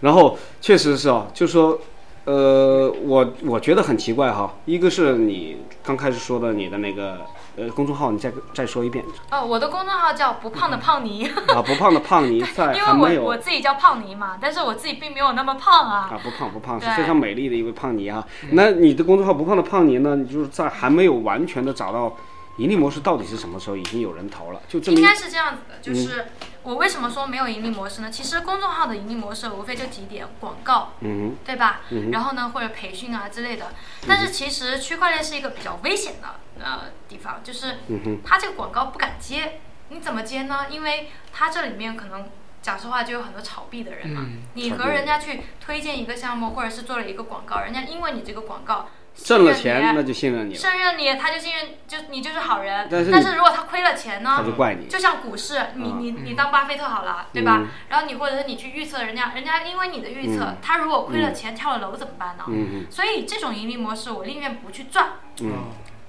S1: 然后确实是哦，就说，呃，我我觉得很奇怪哈，一个是你刚开始说的你的那个呃公众号，你再再说一遍
S4: 哦，我的公众号叫不胖的胖妮，
S1: 啊，不胖的胖妮在嗯还
S4: (laughs) 因
S1: 没
S4: 为
S1: 有
S4: 我我自己叫胖妮嘛，但是我自己并没有那么胖啊。
S1: 啊，不胖不胖，是
S4: 对嗯
S1: 非常美丽的一位胖妮啊。那你的公众号不胖的胖妮呢？你就是在还没有完全的找到盈利模式到底是什么时候，已经有人投了，就证
S4: 应
S1: 明嗯
S4: 该是这样子的，就是我为什么说没有盈利模式呢？其实公众号的盈利模式无非就几点：广告，
S1: 嗯
S4: 对吧？然后呢，或者培训啊之类的。但是其实区块链是一个比较危险的呃地方，就是
S1: 嗯
S4: 它这个广告不敢接，你怎么接呢？因为它这里面可能讲实话就有很多炒币的人嘛，你和人家去推荐一个项目，或者是做了一个广告，人家因为你这个广告
S1: 挣了
S4: 信任
S1: 钱
S4: 你
S1: 那就信任你了，
S4: 胜任你，他就信任，就你就是好人。
S1: 但
S4: 但
S1: 是你
S4: 如果他亏了钱
S1: 他
S4: 呢？
S1: 就怪你。嗯
S4: 就像股市，你你你当巴菲特好了，对吧？然后你或者是你去预测人家，人家因为你的预测，他如果亏了钱跳了楼怎么办呢？
S1: 嗯
S4: 所以这种盈利模式，我宁愿不去赚。
S1: 嗯，
S3: 啊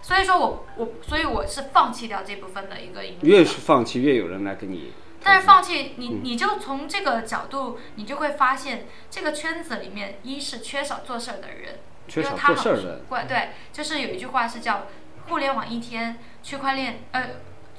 S4: 所以说我我所以我是放弃掉这部分的一个盈利。
S1: 越是嗯放弃，越有人来跟你。
S4: 但是放弃你，你就从这个角度，你就会发现这个圈子里面，一是缺少做事儿的人，
S1: 缺
S4: 因
S1: 少
S4: 为他
S1: 做
S4: 们
S1: 事儿的，
S4: 怪对，就是有一句话是叫“互联网一天，区块链呃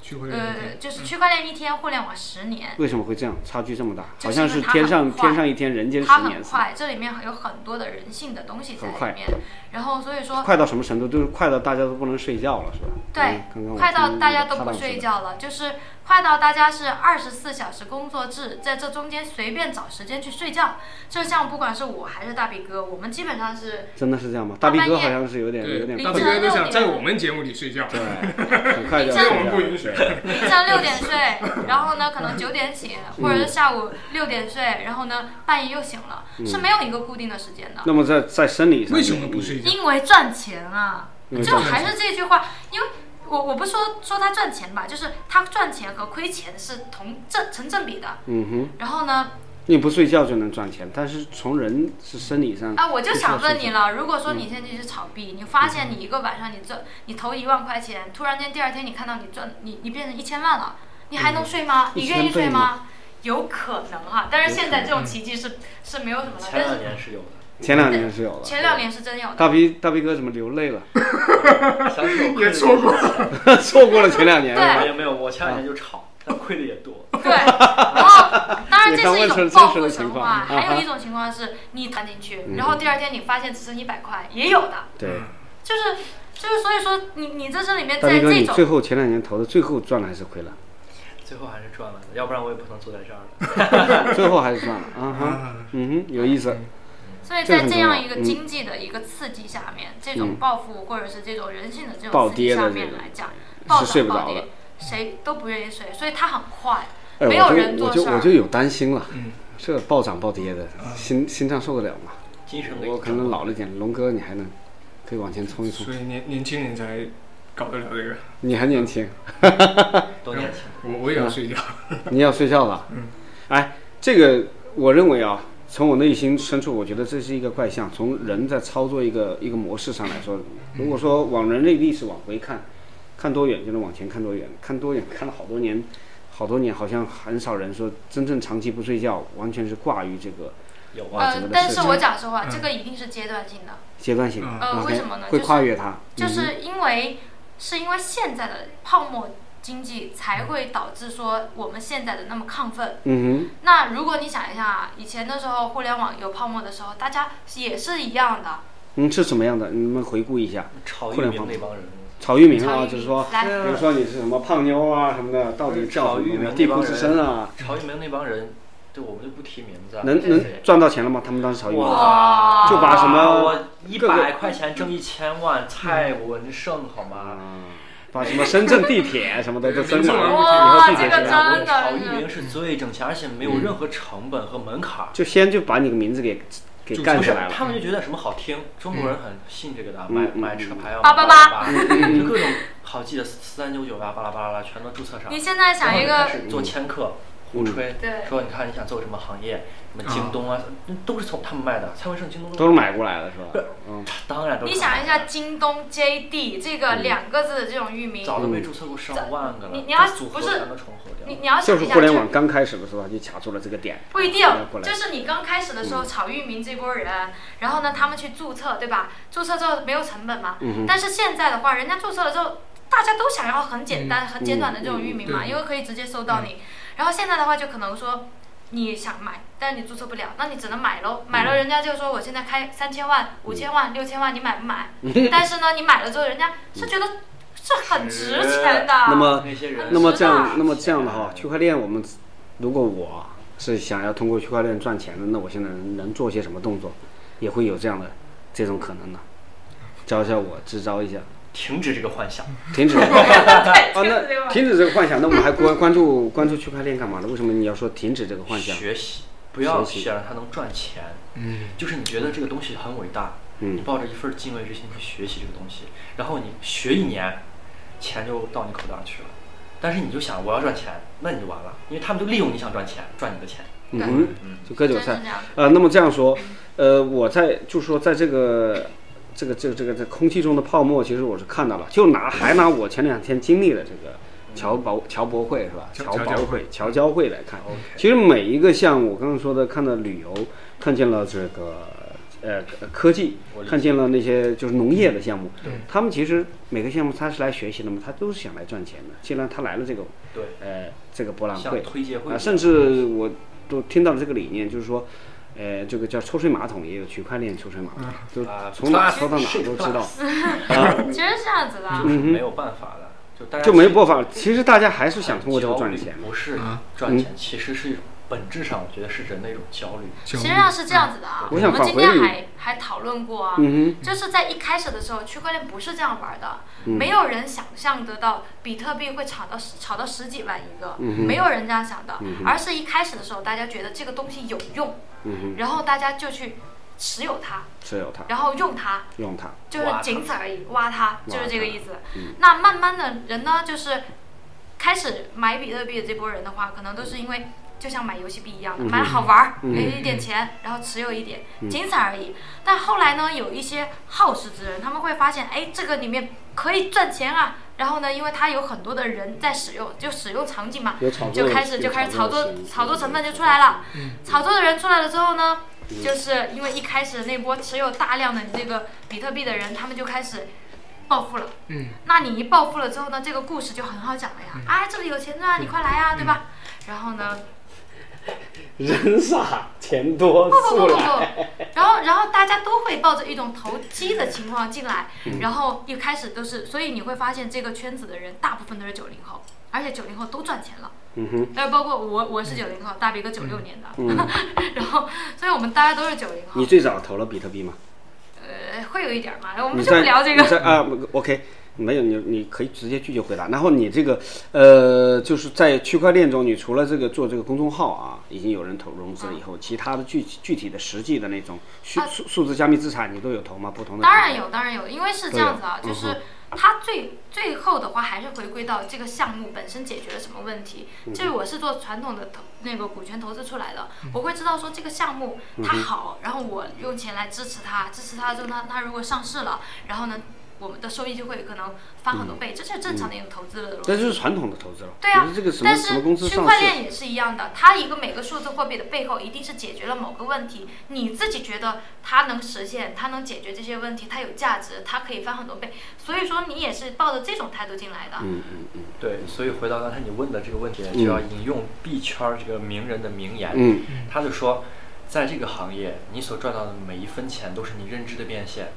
S3: 聚会的
S4: 呃，就是区块链一天，互联网十年
S1: 为什么会这样？差距这么大，
S4: 就
S1: 好
S4: 是
S1: 像
S4: 因为
S1: 是
S4: 他
S1: 天
S4: 很
S1: 上
S4: 快
S1: 天上一天，人间”，十
S4: 它很
S1: 年似的。
S4: 快，这里面有很多的人性的东西在
S1: 很快
S4: 里面。然后所以说，
S1: 快到什么程度？就是快到大家都不能睡觉了，是吧？
S4: 对
S1: 嗯，刚刚我
S4: 快到
S1: 听
S4: 大家都
S1: 他
S4: 不
S1: 当时
S4: 睡
S1: 的。
S4: 觉了，就是快到大家是二十四小时工作制，在这中间随便找时间去睡觉。就像不管是我还是大比哥，我们基本上是
S1: 真的是这样吗？大
S4: 大
S1: 逼
S4: 半
S1: 哥好
S4: 夜
S1: 像是有点有点
S3: 对，
S4: 凌
S3: 大
S1: 困
S3: 飞
S4: 晨
S1: 难，
S3: 哥
S4: 六
S3: 都想
S4: 点
S3: 在我们节目里睡觉，
S1: 对，很快就要
S4: 凌晨
S1: 睡
S3: 我们
S1: 觉
S3: 不
S1: 了。
S3: 允许。
S4: 凌晨六点睡，然后呢可能九点醒，或者是下午六点睡，然后呢半夜又醒了，
S1: 嗯
S4: 是没有一个固定的时间的。
S1: 那么在在生理上，
S3: 为什么不？睡觉？
S4: 因为赚钱啊
S1: 因为，
S4: 就
S1: 赚钱
S4: 还是这句话，因为我我不说说他赚钱吧，就是他赚钱和亏钱是同正成正比的。
S1: 嗯哼，
S4: 然后呢，
S1: 你不睡觉就能赚钱，但是从人是生理上
S4: 啊，我就想问你
S1: 了，
S4: 了，如果说你现在去炒币，你发现你一个晚上你赚，你投一万块钱，突然间第二天你看到你赚，你你变成一千万了，你还能睡
S1: 嗯
S4: 吗？你愿意睡吗？有可能哈、但是现在这种奇迹是是没有什么的，
S2: 前
S4: 但
S2: 两
S4: 是
S2: 年是有
S1: (laughs)
S2: 的，
S1: 前两年是有了。
S4: 前两年是真有的。
S1: 大逼大逼哥怎么流泪了？ (laughs)
S2: 想起我亏
S3: 也
S2: 的
S3: 错过
S2: 多
S1: 错过了前两年，是吧
S2: 没有没有，我前两年就炒，但亏的也多。
S4: (laughs) 对，然后当然这是
S1: 也刚
S4: 一种报复
S1: 问出了真实的
S4: 神
S1: 情
S4: 话
S1: 况，啊嗯
S4: 还有一种情况是你弹进去，然后第二天你发现只剩一百块，也有的，
S1: 对，
S4: 就是就是所以说你你在这里面
S1: 大
S4: 在
S1: 逼哥，
S4: 这
S1: 你
S4: 种
S1: 最后前两年投的，最后赚了还是亏
S3: (laughs)
S1: 了？
S2: 最后还是赚了的，要不然我也不能坐在这儿
S1: (laughs)
S2: 了。
S1: 最后还是赚了啊哈，嗯哼，有意思。
S4: 所以
S1: 这个
S4: 在
S1: 很
S4: 这
S1: 重要嗯
S4: 样一个经济的一个刺激下面，这种报复或者是这种人性的这
S1: 暴
S4: 种刺
S1: 跌
S4: 激
S1: 的
S4: 下
S1: 这
S4: 面
S1: 种
S4: 来讲，暴
S1: 是睡
S4: 涨
S1: 不
S4: 暴
S1: 着的
S4: 跌，谁都不愿意睡，所以它很快，
S1: 哎，
S4: 没有人
S1: 我
S4: 做
S1: 就
S4: 事
S1: 我就我
S4: 儿
S1: 就。有担心了，这暴涨暴跌的，心心脏受得了吗？
S2: 精神给
S1: 我可能老了一点，龙哥你还能可以往前冲一冲
S3: 所，以年年轻人才搞得了这个。
S1: 你还年轻，
S2: 多年轻，
S3: 我我也要睡觉。
S1: 啊你要睡觉了。嗯， (laughs) 哎，这个我认为啊，从我内心深处，我觉得这是一个怪象。从人在操作一个一个模式上来说，如果说往人类历史往回看，看多远就能往前看多远，看多远看了好多年，好多年好像很少人说真正长期不睡觉，完全是挂于这个
S2: 有啊，
S1: 哇这
S4: 呃
S1: 个，
S4: 但
S1: 是
S4: 是
S1: 这嗯
S4: 我
S1: 样
S4: 讲实话，这个一定是阶段性的，
S1: 阶段性的。
S3: 嗯
S4: 呃
S1: OK，
S4: 为什么呢
S1: 会
S4: 就是
S1: 跨越它，
S4: 就
S1: 嗯
S4: 是因为是因为现在的泡沫经济才会导致说我们现在的那么亢奋。
S1: 嗯
S4: 那如果你想一下啊，以前的时候互联网有泡沫的时候，大家也是一样的，
S1: 哼，嗯是什么样的？你们回顾一下，
S2: 炒玉明那帮人，
S1: 炒玉民
S4: 曹呃
S1: 啊，
S4: 禺
S1: 就是说，
S4: 来。
S1: 比如说你是什么胖妞啊什么的，到底叫
S2: 炒
S1: 什
S2: 玉
S1: 么
S2: 民
S1: 地
S2: 那
S1: 库
S2: 帮
S1: 之
S2: 人
S1: 声啊，
S2: 炒玉明那帮人，对我们就不提名字啊。
S1: 能
S2: 是谁
S1: 能赚到钱了吗？他们当时炒玉民，
S2: 哇，
S1: 就把什么
S2: 我一
S1: 各个
S2: 百块钱挣一千万，蔡文胜好
S1: 嗯
S2: 吗？
S1: 把啊什么深圳地铁什么的都增
S3: 没错
S1: 长，
S4: 哇，
S1: 以后
S4: 这
S1: 地铁
S4: 个
S1: 谁啊？
S4: 真
S2: 炒
S4: 的
S2: 玉
S4: 是
S2: 明是最挣钱，而且
S1: 嗯
S2: 没有任何成本和门槛儿。
S1: 就先就把你个名字给给干
S2: 不
S1: 起
S2: 是
S1: 来，了。
S2: 他们就觉得什么好听，中国人很信这个的，买
S1: 嗯
S2: 买车牌要
S4: 八八
S2: 八
S4: 八
S2: 八，就各种好记的三九九八巴拉巴拉巴拉全都注册上
S4: 你。现在想一
S2: 然后
S4: 个
S2: 就开始做掮客，胡吹
S4: 对，
S2: 说你看你想做什么行业，什么京东啊，都是从他们卖的，蔡文胜、京东
S1: 都是买过来的是
S4: 呃
S1: 吧？嗯，
S2: 当然都是
S4: 你
S2: 他们
S4: 想一下，
S2: 买的，
S4: 京东 JD 这个两个字的这种域名，
S2: 早都被注册过上万个了，
S4: 你你要
S2: 这组合
S4: 不是
S2: 全都重合掉
S4: 你
S2: 了。
S4: 你要
S1: 就
S4: 想
S1: 是
S4: 一下，
S1: 互联网刚开始的时候就卡住了这个点，
S4: 不一定
S1: 要过，来嗯
S4: 就是你刚开始的时候炒域名这波人，然后呢，他们去注册，对吧？注册之后没有成本嘛，
S1: 嗯
S4: 但是现在的话，人家注册了之后，大家都想要很简
S1: 嗯
S4: 单、很简短的这种域名嘛，
S3: 嗯
S4: 因为可以直接搜到你。然后现在的话，就可能说。你想买，但是你注册不了，那你只能买
S1: 嗯
S4: 喽。买了，人家就说我现在开三千万、五千万、六千万，你买不买？
S1: 嗯
S4: 但是呢，你买了之后，人家是
S1: (laughs)
S4: 觉得是很值钱的。
S1: 那么
S2: 那些人，
S1: 那么
S4: 知
S1: 这样
S4: 道，
S1: 那么这样的话，区块链我们如果我是想要通过区块链赚钱的，那我现在能能做些什么动作，也会有这样的这种可能呢？教一下我，支招一下，
S2: 停止这个幻想，
S1: 停止这 (laughs) 个啊！
S4: 停止这个
S1: 那停止这个幻想，那我们还关关注关注区块链干嘛呢？为什么你要说停止这个幻想？
S2: 学习，不要
S1: 学习
S2: 想让它能赚钱。嗯，就是你觉得这个东西很伟大，
S1: 嗯
S2: 你抱着一份敬畏之心去学习这个东西，然后你学一年，钱就到你口袋去了。但是你就想我要赚钱，那你就完了，因为他们就利用你想赚钱，赚你的钱。
S1: 嗯哼，就割
S4: 真
S1: 韭
S4: 是
S1: 菜
S4: 这。样。
S1: 呃，那么这样说，呃，我在就说在这个这个这个这个这个空气中的泡沫，其实我是看到了。就拿还拿我前两天经历的这个侨博侨博会是吧？
S3: 侨
S1: 侨
S3: 侨
S1: 博
S3: 交
S1: 会
S3: 会
S1: 侨交会来看，
S2: OK，
S1: 其实每一个像我刚刚说的，看到旅游，看见了这个呃科技
S2: 我，理解
S1: 看见了那些就是农业的项目
S3: 对，
S1: 他们其实每个项目他是来学习的嘛，他都是想来赚钱的。既然他来了这个
S2: 对，
S1: 呃这个博览
S2: 像
S1: 会，
S2: 推介会
S1: 啊，甚至我都听到了这个理念，就是说，呃，这个叫抽水马桶也有区块链抽水马桶，就
S2: 啊
S1: 从哪
S2: plus，
S1: 说到哪
S2: 是
S1: 都知道，
S4: 其实是这样子的啊，
S2: 就是没有办法的，就大家
S1: 嗯就没
S2: 办
S1: 办法。其实大家还是想通过这个赚钱嗯嘛。
S2: 不是
S3: 啊
S2: 赚钱，其实是一种本质上，我觉得是人的一种焦虑。嗯
S3: 就
S4: 其实上是这样子的啊。
S1: 我想
S4: 们
S1: 返
S4: 今
S1: 回
S4: 天
S1: 你
S4: 还还讨论过啊，
S1: 嗯
S4: 就是在一开始的时候，区块链不是这样玩的，没有人想象得到比特币会炒到炒到十几万一个，
S1: 嗯
S4: 没有人这样想的，而是一开始的时候大家觉得这个东西有用，
S1: 嗯
S4: 然后大家就去持有它，
S1: 哼，持有它，
S4: 然后用它，
S1: 用它，
S4: 就是
S2: 挖它
S4: 仅此而已，挖它
S1: 挖
S4: 就是这个
S1: 它
S4: 意思。那慢慢的人呢，就是开始买比特币的这波人的话，可能都是因为就像买游戏币一样的，买了好玩儿，给一点钱，然后持有一点，仅此而已。但后来呢，有一些好事之人，他们会发现，哎，这个里面可以赚钱啊。然后呢，因为它有很多的人在使用，就使用场景嘛，
S1: 有炒作
S4: 就
S1: 的
S4: 开始就
S1: 有
S4: 开始
S1: 炒
S4: 炒
S1: 作的嗯
S4: 作
S1: 行为
S4: 炒作成分就出来了。炒作的人出来了之后呢，
S1: 嗯
S4: 就是因为一开始那波持有大量的那个比特币的人，他们就开始暴富了。
S3: 嗯，
S4: 那你一暴富了之后呢，这个故事就很好讲了呀。
S1: 嗯
S4: 啊，这里有钱赚，你快来呀，对吧？然后呢，
S1: 人傻钱多 (laughs)
S4: 不不不
S1: 速
S4: 不
S1: 来。
S4: 不， (laughs) 然后然后大家都会抱着一种投机的情况进来，
S1: 嗯
S4: 然后一开始都是，所以你会发现这个圈子的人大部分都是九零后，而且九零后都赚钱了。
S1: 嗯哼，嗯
S4: 呃，包括我，我是九零后，大鼻哥九六年的， (laughs) 然后，所以我们大家都是九零后
S1: 你。最早投了比特币吗？
S4: 呃，会有一点儿嘛，我
S1: 你
S4: 们就不
S1: 在
S4: 聊这
S1: 你
S4: 个。
S1: 在啊，OK，没有你，你可以直接拒绝回答。然后你这个，呃，就是在区块链中，你除了这个做这个公众号啊，已经有人投融资了以后，其他的具具体的实际的那种数
S4: 啊
S1: 数数字加密资产，你都有投吗？不同的
S4: 当然
S1: 平台
S4: 有，当然有，因为是这
S1: 对啊
S4: 样子啊，就
S1: 嗯
S4: 是它最最后的话还是回归到这个项目本身解决了什么问题。
S1: 嗯
S4: 就是我是做传统的投那个股权投资出来的，我会知道说这个项目
S1: 嗯
S4: 它好，然后我用钱来支持它，支持它之后它它如果上市了，然后呢我们的收益就会可能翻
S1: 嗯
S4: 很多倍，这是正常的一种投资的逻
S1: 但
S4: 辑。
S1: 是传统的投资了。
S4: 对啊
S1: 你是这个什么
S4: 但
S1: 什
S4: 是
S1: 么公司
S4: 区
S1: 上
S4: 块
S1: 市？
S4: 链也是一样的，它一个每个数字货币的背后一定是解决了某个问题，你自己觉得它能实现，它能解决这些问题，它有价值，它可以翻很多倍，所以说你也是抱着这种态度进来的。
S1: 嗯嗯嗯
S2: 对，所以回到刚才你问的这个问题，就要引用币圈儿这个名人的名言，
S1: 嗯
S2: 他就说，在这个行业，你所赚到的每一分钱都是你认知的变现，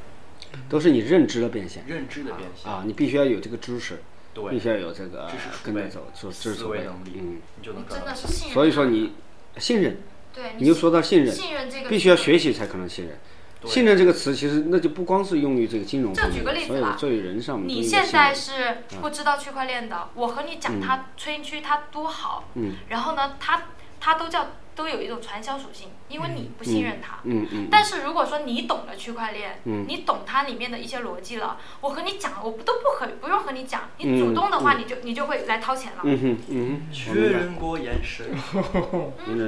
S1: 都是你认知的变现
S2: 认知的变现，
S1: 啊，你嗯必须要有这个知识，必
S2: 对，
S1: 须要有这个
S2: 知识储
S1: 跟着
S2: 备
S1: 走，做知识
S2: 思
S1: 储
S2: 维
S1: 备
S2: 能力，
S1: 嗯，
S2: 你就能赚
S4: 真
S2: 到
S4: 的。是信任，
S1: 所以说你信任，
S4: 对，
S1: 你又说到信任，
S4: 信任这个
S1: 必须要学习才可能信任。
S2: 对
S1: 信任这个词，其实那就不光是用于这个金融
S4: 这
S1: 方面，
S4: 举个例子
S1: 所有
S4: 吧
S1: 所有人嗯上面都
S4: 你
S1: 应该
S4: 现
S1: 信
S4: 在
S1: 任
S4: 是不知道区块链的，我和你讲它吹嘘它多好，
S1: 嗯
S4: 然后呢，它它都叫都有一种传销属性，因为你不信任它。
S1: 嗯嗯，
S4: 但是如果说你懂了区块链，
S1: 嗯
S4: 你懂它里面的一些逻辑了，我和你讲，我不都不和不用和你讲，
S1: 嗯
S4: 你主动的话，你就你就会来掏钱了。
S1: 嗯哼嗯哼，我
S2: 确
S1: 明白，
S2: 认过眼神，
S1: 明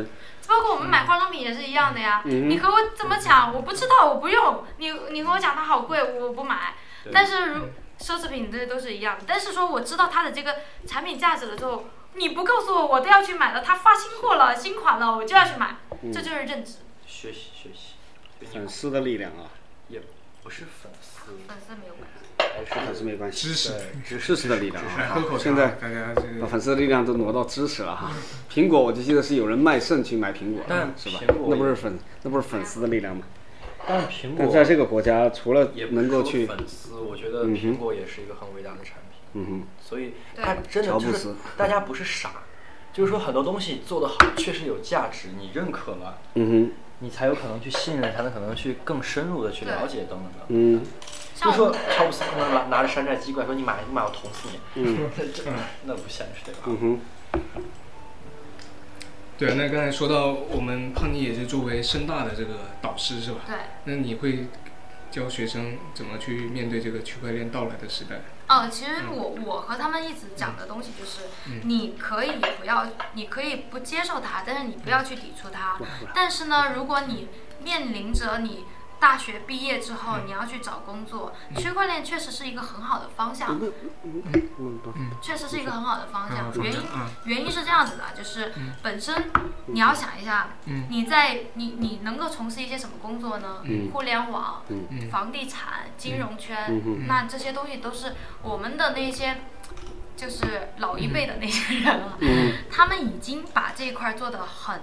S1: 白
S4: 包括我们买化妆品也是一样的呀，
S1: 嗯
S4: 你和我怎么讲，我不知道，我不用，你你和我讲它好贵，我不买。
S2: 对
S4: 但是
S1: 嗯
S4: 如奢侈品这些都是一样，但是说我知道它的这个产品价值了之后，你不告诉我，我都要去买了，它发新货了，新款了，我就要去买，
S1: 嗯
S4: 这就是认知。
S2: 学习学习，对
S1: 粉
S2: 你
S1: 丝的力量啊，
S2: 也不是粉丝，
S4: 粉丝没有关系，
S2: 还是
S1: 粉丝没关系，
S3: 知识，
S2: 对知
S1: 知识的力量
S2: 知识
S3: 哎
S1: 啊
S3: 喝口，茶
S1: 现在
S3: 大家这
S1: 把
S3: 个
S1: 粉丝的力量都挪到支持了哈。苹果，我就记得是有人卖肾去买苹果了
S2: 但，
S1: 是吧
S2: 苹？果
S1: 那不是粉，那不是粉丝的力量吗？
S2: 但是苹
S1: 但
S2: 果
S1: 在这个国家，除了
S2: 也不是
S1: 能够
S2: 说
S1: 去，
S2: 粉丝，我觉得苹果也是一个很伟大的产品。
S1: 嗯哼，
S2: 所以
S4: 对
S2: 它真的
S1: 乔
S2: 就
S1: 布
S2: 是
S1: 斯
S2: 大家不是傻，就是说很多东西做得好，确实有价值，你认可了，
S1: 嗯哼，
S2: 你才有可能去信任，才能可能去更深入的去了解等等等。
S1: 嗯，
S2: 就
S4: 像
S2: 是说
S4: 我们
S2: 乔布斯可能拿拿着山寨机过来说你买你买我捅死你，嗯， (laughs) 这那不现实对吧？
S1: 嗯哼，
S3: 对。那刚才说到我们胖妮也是作为深大的这个导师是吧？
S4: 对。
S3: 那你会教学生怎么去面对这个区块链到来的时代。
S4: 哦，其实我我和他们一直讲的东西就是，你可以不要，你可以不接受它，但是你不要去抵触它。但是呢，如果你面临着你大学毕业之后你要去找工作，区块链确实是一个很好的方向，
S1: 嗯，不
S4: 确实是一个很好的方
S3: 嗯
S4: 向。啊原因
S3: 嗯
S4: 原因是这样子的，就是
S1: 嗯
S4: 本身你要想一下，
S3: 嗯
S4: 你在你你能够从事一些什么工作呢？
S1: 嗯
S4: 互联网、
S1: 嗯
S3: 嗯
S4: 房地产、金融圈，
S1: 嗯哼
S4: 那这些东西都是我们的那些。就是老一辈的那些人了，
S1: 嗯
S4: 他们已经把这一块做的很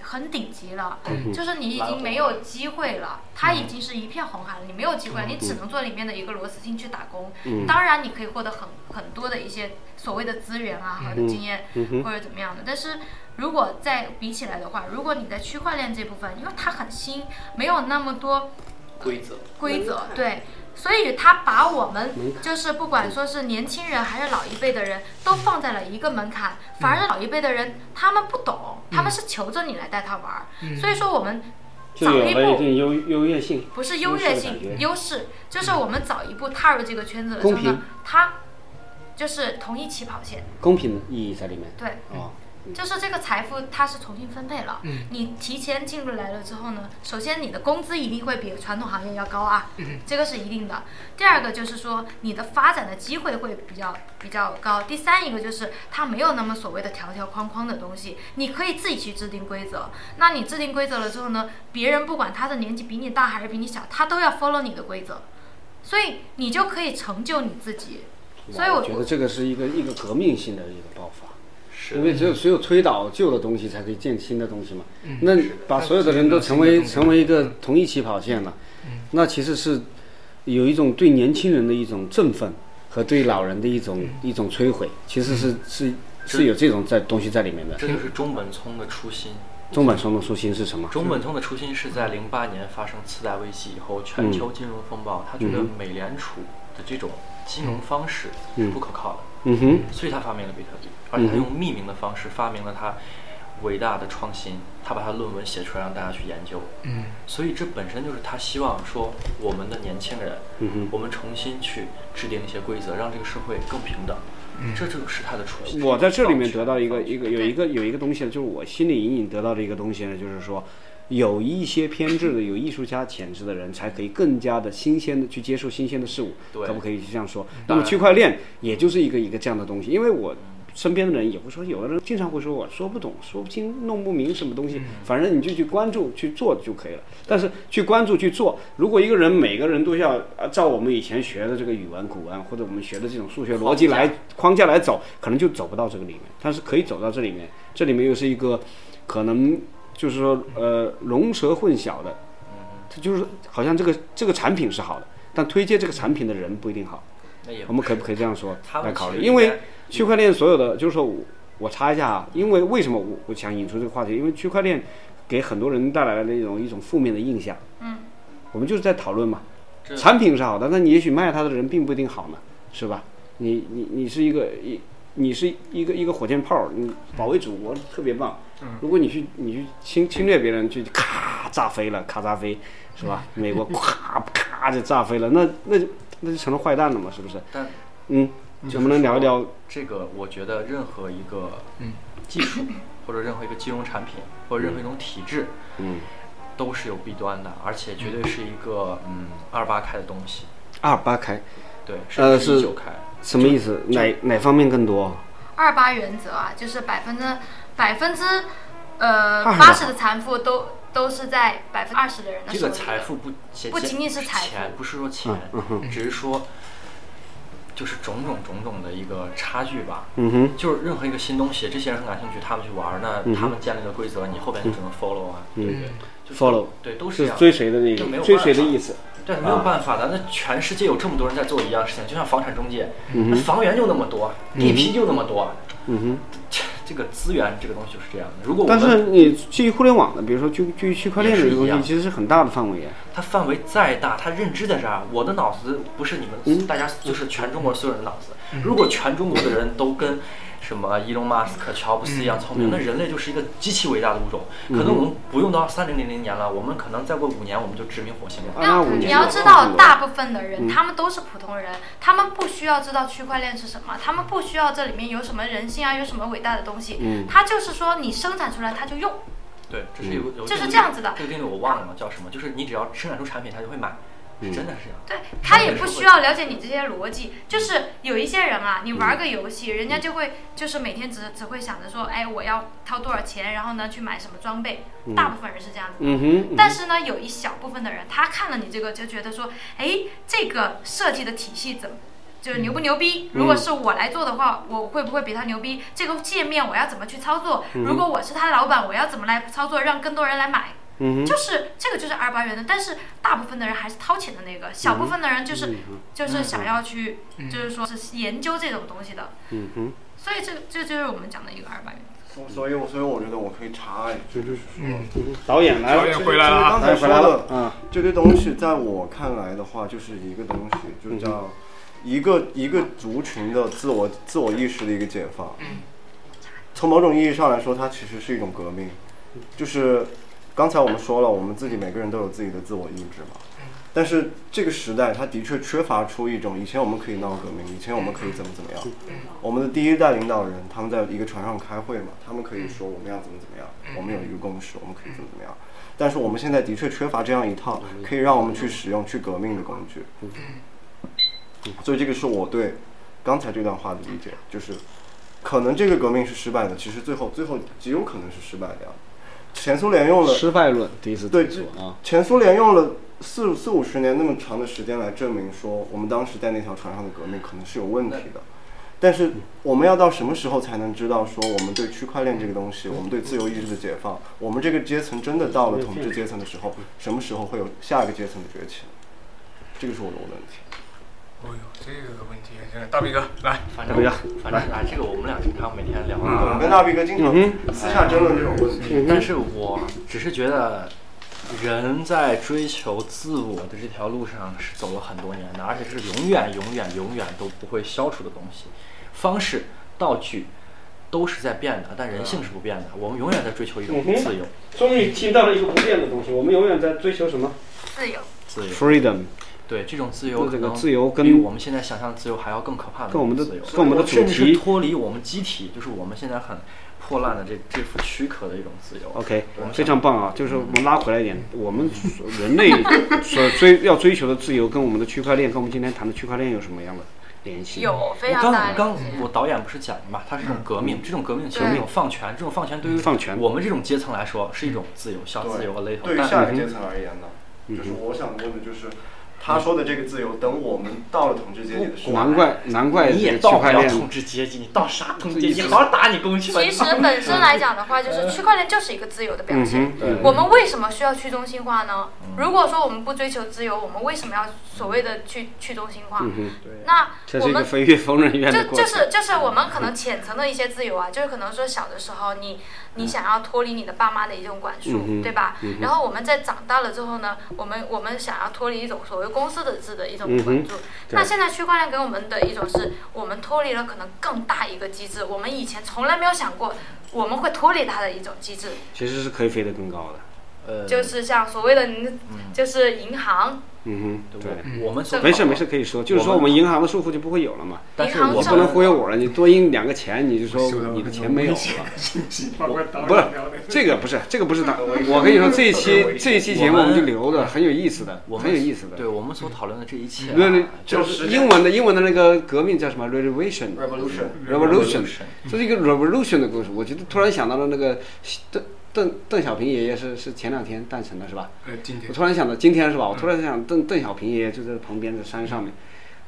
S4: 很顶级了，
S1: 嗯
S4: 就是你已经没有机会了，它已经是一片红海了，你没有机
S1: 嗯
S4: 会了，你只能做里面的一个螺丝钉去打工。当然，你可以获得很很多的一些所谓的资源
S1: 嗯
S4: 啊和经验或者怎么样的，但是。如果再比起来的话，如果你在区块链这部分，因为它很新，没有那么多
S2: 规则。
S4: 规则，对，所以他把我们就是不管说是年轻人还是老一辈的人，都放在了一个门槛，
S1: 嗯
S4: 反而是老一辈的人他们不懂，他们是求着你来带他玩儿，
S1: 嗯
S4: 所以说我们
S1: 就
S4: 早
S1: 有
S4: 一
S1: 了一
S4: 步
S1: 定优优越性。
S4: 不是优越
S1: 优势的
S4: 性
S1: 感觉
S4: 优势，就是我们早一步踏入这个圈子的时
S1: 公
S4: 候呢
S1: 平，
S4: 他就是同一起跑线，
S1: 公平的意义在里面。
S4: 对，
S1: 哦，
S4: 就是这个财富它是重新分配了。你提前进入来了之后呢，首先你的工资一定会比传统行业要高啊，这个是一定的。第二个就是说你的发展的机会会比较比较高。第三一个就是它没有那么所谓的条条框框的东西，你可以自己去制定规则。那你制定规则了之后呢，别人不管他的年纪比你大还是比你小，他都要 follow 你的规则，所以你就可以成就你自己。所以
S1: 哇
S4: 我
S1: 我觉得这个是一个一个革命性的一个爆发。
S2: 是
S1: 因为只有只有推倒旧的东西，才可以建新的东西嘛。
S2: 嗯
S1: 那把所有的人都成为成为一个同一起跑线了，
S2: 嗯
S1: 那其实是有一种对年轻人的一种振奋和对老人的一种
S2: 嗯
S1: 一种摧毁，其实是是是有这种在东西在里面的。
S2: 这嗯就是中本聪的初心。
S1: 中本松的书心是什么？
S2: 中本聪的初心是在零八年发生次贷危机以后，全球金融风暴，他觉得美联储的这种金融方式是不可靠的，
S1: 嗯哼，
S2: 所以他发明了比特币，而且他用匿名的方式发明了他伟大的创新，他把他论文写出来让大家去研究。
S3: 嗯
S2: 所以这本身就是他希望说，我们的年轻人，
S1: 嗯
S2: 我们重新去制定一些规则，让这个社会更平等，这就是他的初心。
S1: 嗯我在这里面得到一个一个有一个有一个东西呢，就是我心里隐隐得到的一个东西呢，就是说，有一些偏执的、有艺术家潜质的人，才可以更加的新鲜的去接受新鲜的事物，
S2: 对
S1: 可不可以这样说？那么区块链也就是一个一个这样的东西，因为我。身边的人也会说，有的人经常会说我说不懂、说不清、弄不明什么东西，反正你就去关注、去做就可以了。但是去关注、去做，如果一个人每个人都要呃照我们以前学的这个语文、古文或者我们学的这种数学逻辑来框架来走，可能就走不到这个里面。但是可以走到这里面，这里面又是一个可能就是说呃龙蛇混淆的，它就是好像这个这个产品是好的，但推荐这个产品的人不一定好。
S2: 那也
S1: 我
S2: 不
S1: 们可不可以这样说
S2: 他们
S1: 来考
S2: 其
S1: 虑？
S2: 实
S1: 因
S2: 应
S1: 为
S2: 该
S1: 区块链所有的，就是说我我插一下啊，因为为什么我我想引出这个话题？因为区块链给很多人带来了那种一种负面的印象。
S4: 嗯，
S1: 我们就是在讨论嘛
S2: 这，
S1: 产品是好的，但你也许卖它的人并不一定好呢，是吧？你你你是一个一。你是一个一个火箭炮，你保卫祖国特别棒。如果你去你去侵侵略别人，去咔炸飞了，咔炸飞，是 (laughs) 吧？美国咔咔就炸飞了，那那就那就成了坏蛋了嘛，是不是？
S2: 但
S1: 嗯，能不能聊一聊？
S2: 这个我觉得任何一个技术，或者任何一个金融产品，或者任何一种体制，
S1: 嗯，
S2: 都是有弊端的，而且绝对是一个嗯二八开的东西，
S1: 二八开
S2: 对，
S1: 呃
S2: 甚至
S1: 是
S2: 一九开。
S1: 什么意思？哪哪方面更多？
S4: 二八原则啊，就是百分之百分之呃
S1: 28
S4: 八十的财富都都是在百分之二十的人的
S2: 这
S4: 手
S2: 个
S4: 里。
S2: 财富不仅
S4: 不仅仅是财富
S2: 钱，不是说钱，只是说就是种种种种的一个差距吧。
S1: 嗯哼，
S2: 就是任何一个新东西，这些人很感兴趣，他们去玩儿，那他们建立的规则，你后边就只能 follow 啊，对不对就是
S1: follow
S2: 对，都是
S1: 是
S2: 这
S1: 啊
S2: 样的。
S1: 追随的那
S2: 这没
S1: 个
S2: 有
S1: 追
S2: 办
S1: 随的
S2: 法
S1: 意思。
S2: 但是没
S1: 啊
S2: 有办法的，那全世界有这么多人在做一样事情，就像房产中介，那房源就那么多，地皮就那么多，
S1: 嗯
S2: 这这个资源这个东西就是这样的。如果
S1: 哼，
S2: 我
S1: 但
S2: 们
S1: 是你基于互联网的，比如说基于基于区块链的这个东
S2: 也
S1: 西，
S2: 是一样
S1: 其实是很大的范围啊。
S2: 它范围再大，它认知在这儿，我的
S1: 嗯
S2: 脑子不是你们大家，就是全中国所有人的脑子。如果全中国的人都跟什么伊隆马斯克、乔布斯
S1: 嗯
S2: 一样聪明，那人类就是一个极其伟大的物种。可能我们不用到三零零零年了，我们可能再过五年我们就殖民火星了。
S1: 二八
S4: 那
S1: 五嗯年
S4: 你要知
S1: 差不
S4: 道，
S1: 多
S4: 大部分的人他们都是普通人，他们不需要知道区块链是什么，他们不需要这里面有什么人性啊，有什么伟大的东西。
S1: 嗯
S4: 他就是说，你生产出来他就用，
S2: 对，这是有有
S4: 就是
S2: 定律
S4: 这样子的
S2: 这个定律我忘了叫什么，就是你只要生产出产品，他就会买，
S1: 嗯
S2: 是真的是这样。
S4: 对他也不需要了解你这些逻辑。就是有一些人啊，你玩个游
S1: 嗯
S4: 戏，人家就会就是每天只只会想着说，哎，我要掏多少钱，然后呢去买什么装备。大部分人是这样子的。
S1: 嗯哼，
S4: 但是呢，有一小部分的人，他看了你这个就觉得说，哎，这个设计的体系怎么？就是牛不牛逼？
S1: 嗯
S4: 如果是我来做的话，我会不会比他牛逼？这个界面我要怎么去操作？如果我是他老板，我要怎么来操作，让更多人来买？
S1: 嗯哼，
S4: 就是这个就是二八元的，但是大部分的人还是掏钱的那个，小部分的人
S1: 嗯
S4: 就是就是想要去，
S2: 嗯
S4: 就是说是研究这种东西的，
S1: 嗯哼，
S4: 所以这这就是我们讲的一个二八元。
S5: 所以我所以我觉得我可以查，哎就是
S1: 嗯
S5: 说。
S1: 导演来
S3: 导
S1: 了，
S3: 演回来了啊，
S5: 刚才
S1: 回
S5: 说
S1: 来
S5: 的
S1: 了，嗯，
S5: 这堆东西，在我看来的话，就是一个东西，就叫一个一个族群的自我自我意识的一个解放。从某种意义上来说，它其实是一种革命。就是刚才我们说了，我们自己每个人都有自己的自我意志嘛。但是这个时代，它的确缺乏出一种以前我们可以闹革命，以前我们可以怎么怎么样。我们的第一代领导人，他们在一个船上开会嘛，他们可以说我们要怎么怎么样，我们有一个共识，我们可以怎么怎么样。但是我们现在的确缺乏这样一套可以让我们去使用、去革命的工具。嗯所以这个是我对刚才这段话的理解，就是可能这个革命是失败的，其实最后最后极有可能是失败的呀。前苏联用了
S1: 失败论第一次
S5: 对
S1: 提出啊，
S5: 前苏联用了四四五十年那么长的时间来证明说，我们当时在那条船上的革命可能是有问题的。但是我们要到什么时候才能知道说，我们对区块链这个东西，我们对自由意志的解放，我们这个阶层真的到了统治阶层的时候，什么时候会有下一个阶层的崛起？这个是我的问题。
S3: 哦呦，这个问题真的，大毕哥来，
S2: 反
S1: 对
S2: 正
S1: 呀
S2: 反正啊，这个我们俩经常每天聊。
S1: 啊
S3: 嗯
S5: 我跟大毕哥经常私下争论这种
S2: 嗯
S5: 问
S1: 嗯
S5: 题。
S2: 但是我只是觉得，人在追求自我的这条路上是走了很多年的，而且是永远、永远、永远都不会消除的东西，方式、道具都是在变的，但人性是不变的。我们永远在追求一种
S1: 嗯嗯哼
S2: 自由，
S1: 终于听到了一个不变的东西，我们永远在追求什么
S4: 自由，
S2: 自由。
S1: ？freedom，
S2: 对，这种自由
S1: 这
S2: 可
S1: 个
S2: 能
S1: 自由跟
S2: 比我们现在想象的自由还要更可怕的
S1: 跟我们的
S2: 自由，
S1: 跟我们的主
S2: 甚至是
S1: 题
S2: 脱离我们机体，就是我们现在很破烂的这这副躯壳的一种自由。
S1: OK，
S2: 我们
S1: 非常棒啊！就是我们拉回来一点，我们所人类所追要追求的自由，跟我们的区块链，跟我们今天谈的区块链有什么样的联系？
S4: 有
S2: 我
S4: 非常
S2: 刚
S4: 大的
S2: 刚
S4: 理解
S2: 我导演不是讲了嘛，它是一种革命，这种革命其实是一种放权，这种放权对于
S1: 嗯放权
S2: 我们这种阶层来说是一种自由，小自由和 little，
S5: 对于
S2: 但
S5: 下一个阶层而言呢，
S3: 嗯
S5: 就是我想问的就是，他说的这个自由，等我们到了统治阶级的
S3: 嗯
S5: 时候，
S1: 难怪难怪
S2: 你
S1: 这
S2: 也
S1: 个区
S2: 到不
S1: 块
S2: 了
S1: 链
S2: 统治阶级，你到啥统治
S1: 这
S2: 阶
S1: 意
S2: 级？
S1: 思
S2: 好好打你工去吧。
S4: 其
S1: (laughs)
S4: 实本身来讲的话，就是区块链就是一个自由的表
S1: 嗯
S4: 现
S1: 哼。
S5: 对
S4: 我们为什么需要去中心化呢？如果说我们不追求自由，我们为什么要所谓的去去中心化？那
S1: 嗯这
S4: 我
S1: 是一个
S4: 们
S1: 飞越疯人院
S4: 就
S1: 的过嗯
S4: 就
S1: 程。
S4: 是就是我们可能浅层的一些自由啊，就是可能说小的时候你你想要脱离你的爸妈的一种管束，
S1: 嗯哼
S4: 对吧？然后我们在长大了之后呢，我们我们想要脱离一种所谓公司的制的一种
S1: 嗯哼
S4: 管束。
S1: 对
S4: 那现在区块链给我们的一种是，我们脱离了可能更大一个机制，我们以前从来没有想过我们会脱离它的一种机制，
S1: 其实是可以飞得更高的。
S2: 呃，
S4: (laughs) 就是像所谓的就是
S1: (laughs)
S4: 银行，
S1: 嗯哼，
S2: 对
S1: 对，
S2: 我们所
S1: 没事没事，可以说，就是说
S2: 我
S1: 我
S2: 们
S1: 们银行的束缚就不会有了嘛。
S2: 但是
S4: 银行
S2: 我
S1: 你
S4: 上
S1: 不能忽悠我了，你多印两个钱，你就说你的钱没有了。不是这个不是这个不是的， (laughs) 我跟你说，这一期这一期节目我们就留着，很有意思的，
S2: 我们
S1: 很有意思的。嗯
S2: 对我们所讨论的这一切啊，
S1: 对对，
S2: 就
S1: 就是是英文的英文的那个革命叫什么？Revolution。
S5: revolution。
S1: Revolution，这是一个 revolution 的故事。我觉得突然想到了那个邓邓邓小平爷爷是是前两天诞辰的是吧？
S3: 呃，今天
S1: 我突然想到今天是吧？我突然想邓邓小平爷爷就在旁边的山上面，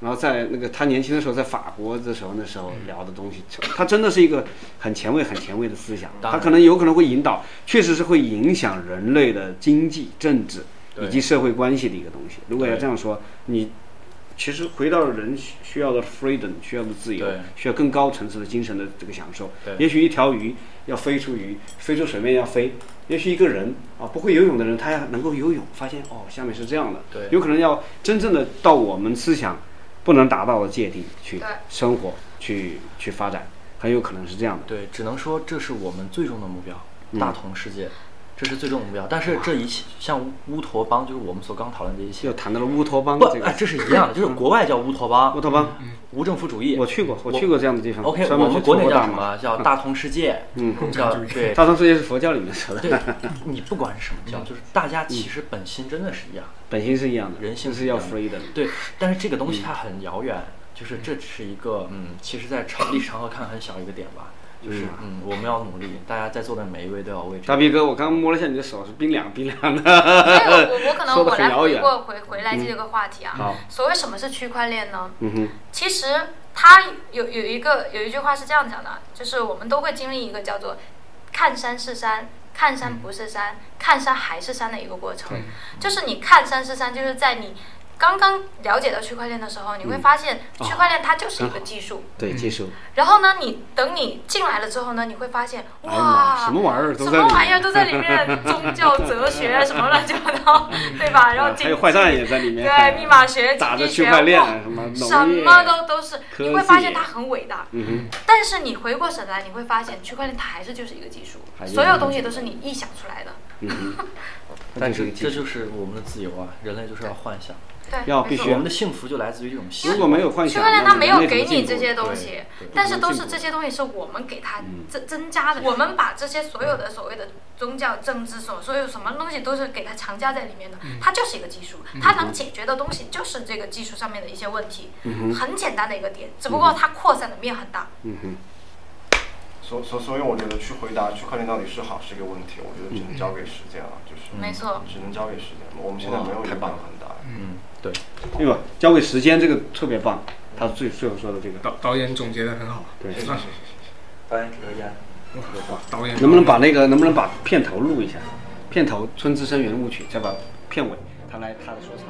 S1: 然后在那个他年轻的时候在法国的时候那时候聊的东西，他真的是一个很前卫很前卫的思想，
S2: 当
S1: 他
S2: 然
S1: 可能有可能会引导，确实是会影响人类的经济、政治
S2: 对
S1: 以及社会关系的一个东西。如果要
S2: 对
S1: 这样说，你其实回到人需需要的 freedom，需要的自由
S2: 对，
S1: 需要更高层次的精神的这个享受
S2: 对。
S1: 也许一条鱼要飞出鱼，飞出水面要飞；也许一个人啊，不会游泳的人，他要能够游泳，发现哦，下面是这样的。
S2: 对
S1: 有可能要真正的到我们思想不能达到的界地去
S4: 对
S1: 生活，去去发展。很有可能是这样的。
S2: 对，只能说这是我们最终的目标，
S1: 嗯
S2: 大同世界，这是最终的目标。但是这一切像乌托邦，就是我们所刚讨论的一
S1: 又
S2: 切，
S1: 谈到了乌托邦
S2: 不，
S1: 这
S2: 哎，
S1: 个
S2: 这是一样的，就是国外叫乌托
S1: 乌
S2: 邦、
S1: 托邦，
S2: 无政府主义
S1: 我。去过，我去过这样的地方。
S2: OK，
S1: 专
S2: 我
S1: 门去
S2: 们国内
S1: 搓过
S2: 叫
S1: 大
S2: 什
S1: 麻
S2: 么？叫大同世界，
S1: 嗯，
S2: 叫对
S1: 大同世界是佛教里面说的，
S2: 对，你不管是什么教，就是大家
S1: 嗯
S2: 其实本心真的是一样的。
S1: 本性是一样的，
S2: 人性
S1: 就是
S2: 一
S1: 是要
S2: 样的
S1: free 的。
S2: 对，但是这个东
S1: 嗯
S2: 西它很遥远，就是这只是一个嗯，其实在长历史长河看很小一个点吧，就是嗯，我们要努力，大家在座的每一位都要为这
S1: 大
S2: 个。
S1: 逼哥，我刚摸了一下你的手，是冰凉冰凉的。
S4: 所以我我我可能
S1: 说得
S4: 我
S1: 很
S4: 来
S1: 遥
S4: 回
S1: 远嗯
S4: 过回回来这个话题啊。
S1: 好
S4: 所谓什么是区块链呢？
S1: 嗯哼，
S4: 其实它有有一个有一句话是这样讲的，就是我们都会经历一个叫做“看山是山，看山不是山，看山还是山”的一个过
S1: 嗯
S4: 程。就是你看山是山，就是在你刚刚了解到区块链的时候，
S1: 嗯
S4: 你会发现
S1: 哦
S4: 区块链它就是一个技术。
S1: 对，接受。
S4: 然后呢，你等你进来了之后呢，你会发现，
S1: 哎呀妈
S4: 哇，
S1: 呀，什么玩意儿都
S4: 什
S1: 在里
S4: 么
S1: 面。
S4: 玩意儿都在里面，宗教、哲学啊什么乱七八糟，对吧？ (laughs) 然后
S1: 啊
S4: 经
S1: 还有坏蛋也在里面。
S4: 对密码学、
S1: 打
S4: 经
S1: 着
S4: 济
S1: 区
S4: 学，
S1: 块链
S4: 哇，
S1: 什么
S4: 什
S1: 农业，
S4: 么都都是，
S1: 科
S4: 你会发
S1: 技
S4: 现它很伟大。
S1: 嗯哼，
S4: 但是你回过神来，你会发现区块链它还是就是一个技术
S1: 还，是
S4: 所有东西都是你臆想出来的。
S1: 但
S2: 但
S1: 是
S2: 是
S1: 这
S2: 这
S1: 个技术
S2: 就是我们的自由啊，人类就是要幻想，
S4: 对，
S1: 要
S4: 没
S1: 必
S4: 错
S1: 须
S2: 我们的幸福就来自于这种希
S1: 如果
S2: 望。
S1: 没有幻
S4: 区
S1: 想，
S4: 块链
S1: 那
S4: 它
S1: 你
S4: 没
S1: 人
S4: 有
S1: 类怎
S4: 给
S1: 么进
S4: 你这
S1: 步
S4: 些东西
S2: 对，
S4: 但是都
S1: 进
S4: 是
S1: 步嗯
S4: 这些东西是我们给它增增加的。我们把这些所有的所谓的宗教、政治所所有什么东西都是给它强加在里面的，
S1: 嗯
S4: 它就是一个技术，它能解决的东西就是这个技术上面的一些问题，很简单的一个点，只不过它扩散的面很大。
S1: 嗯哼，
S5: 所所所以，我觉得去回答区块链到底是好是一个问题，我觉得只能交给时间了，就是
S4: 没错，
S5: 只能交给时间。我们现在没有一个版本答案。
S2: 嗯，对，
S1: 对吧？哎交给时间这个特别棒，他最最后说的这个，
S3: 导导演总结的很好，
S1: 对，
S3: 啊
S2: 导演留言，
S3: 导演
S1: 能不能把那个能不能把片头录一下？片头《春之声》圆舞曲，再把片尾他来他的说唱。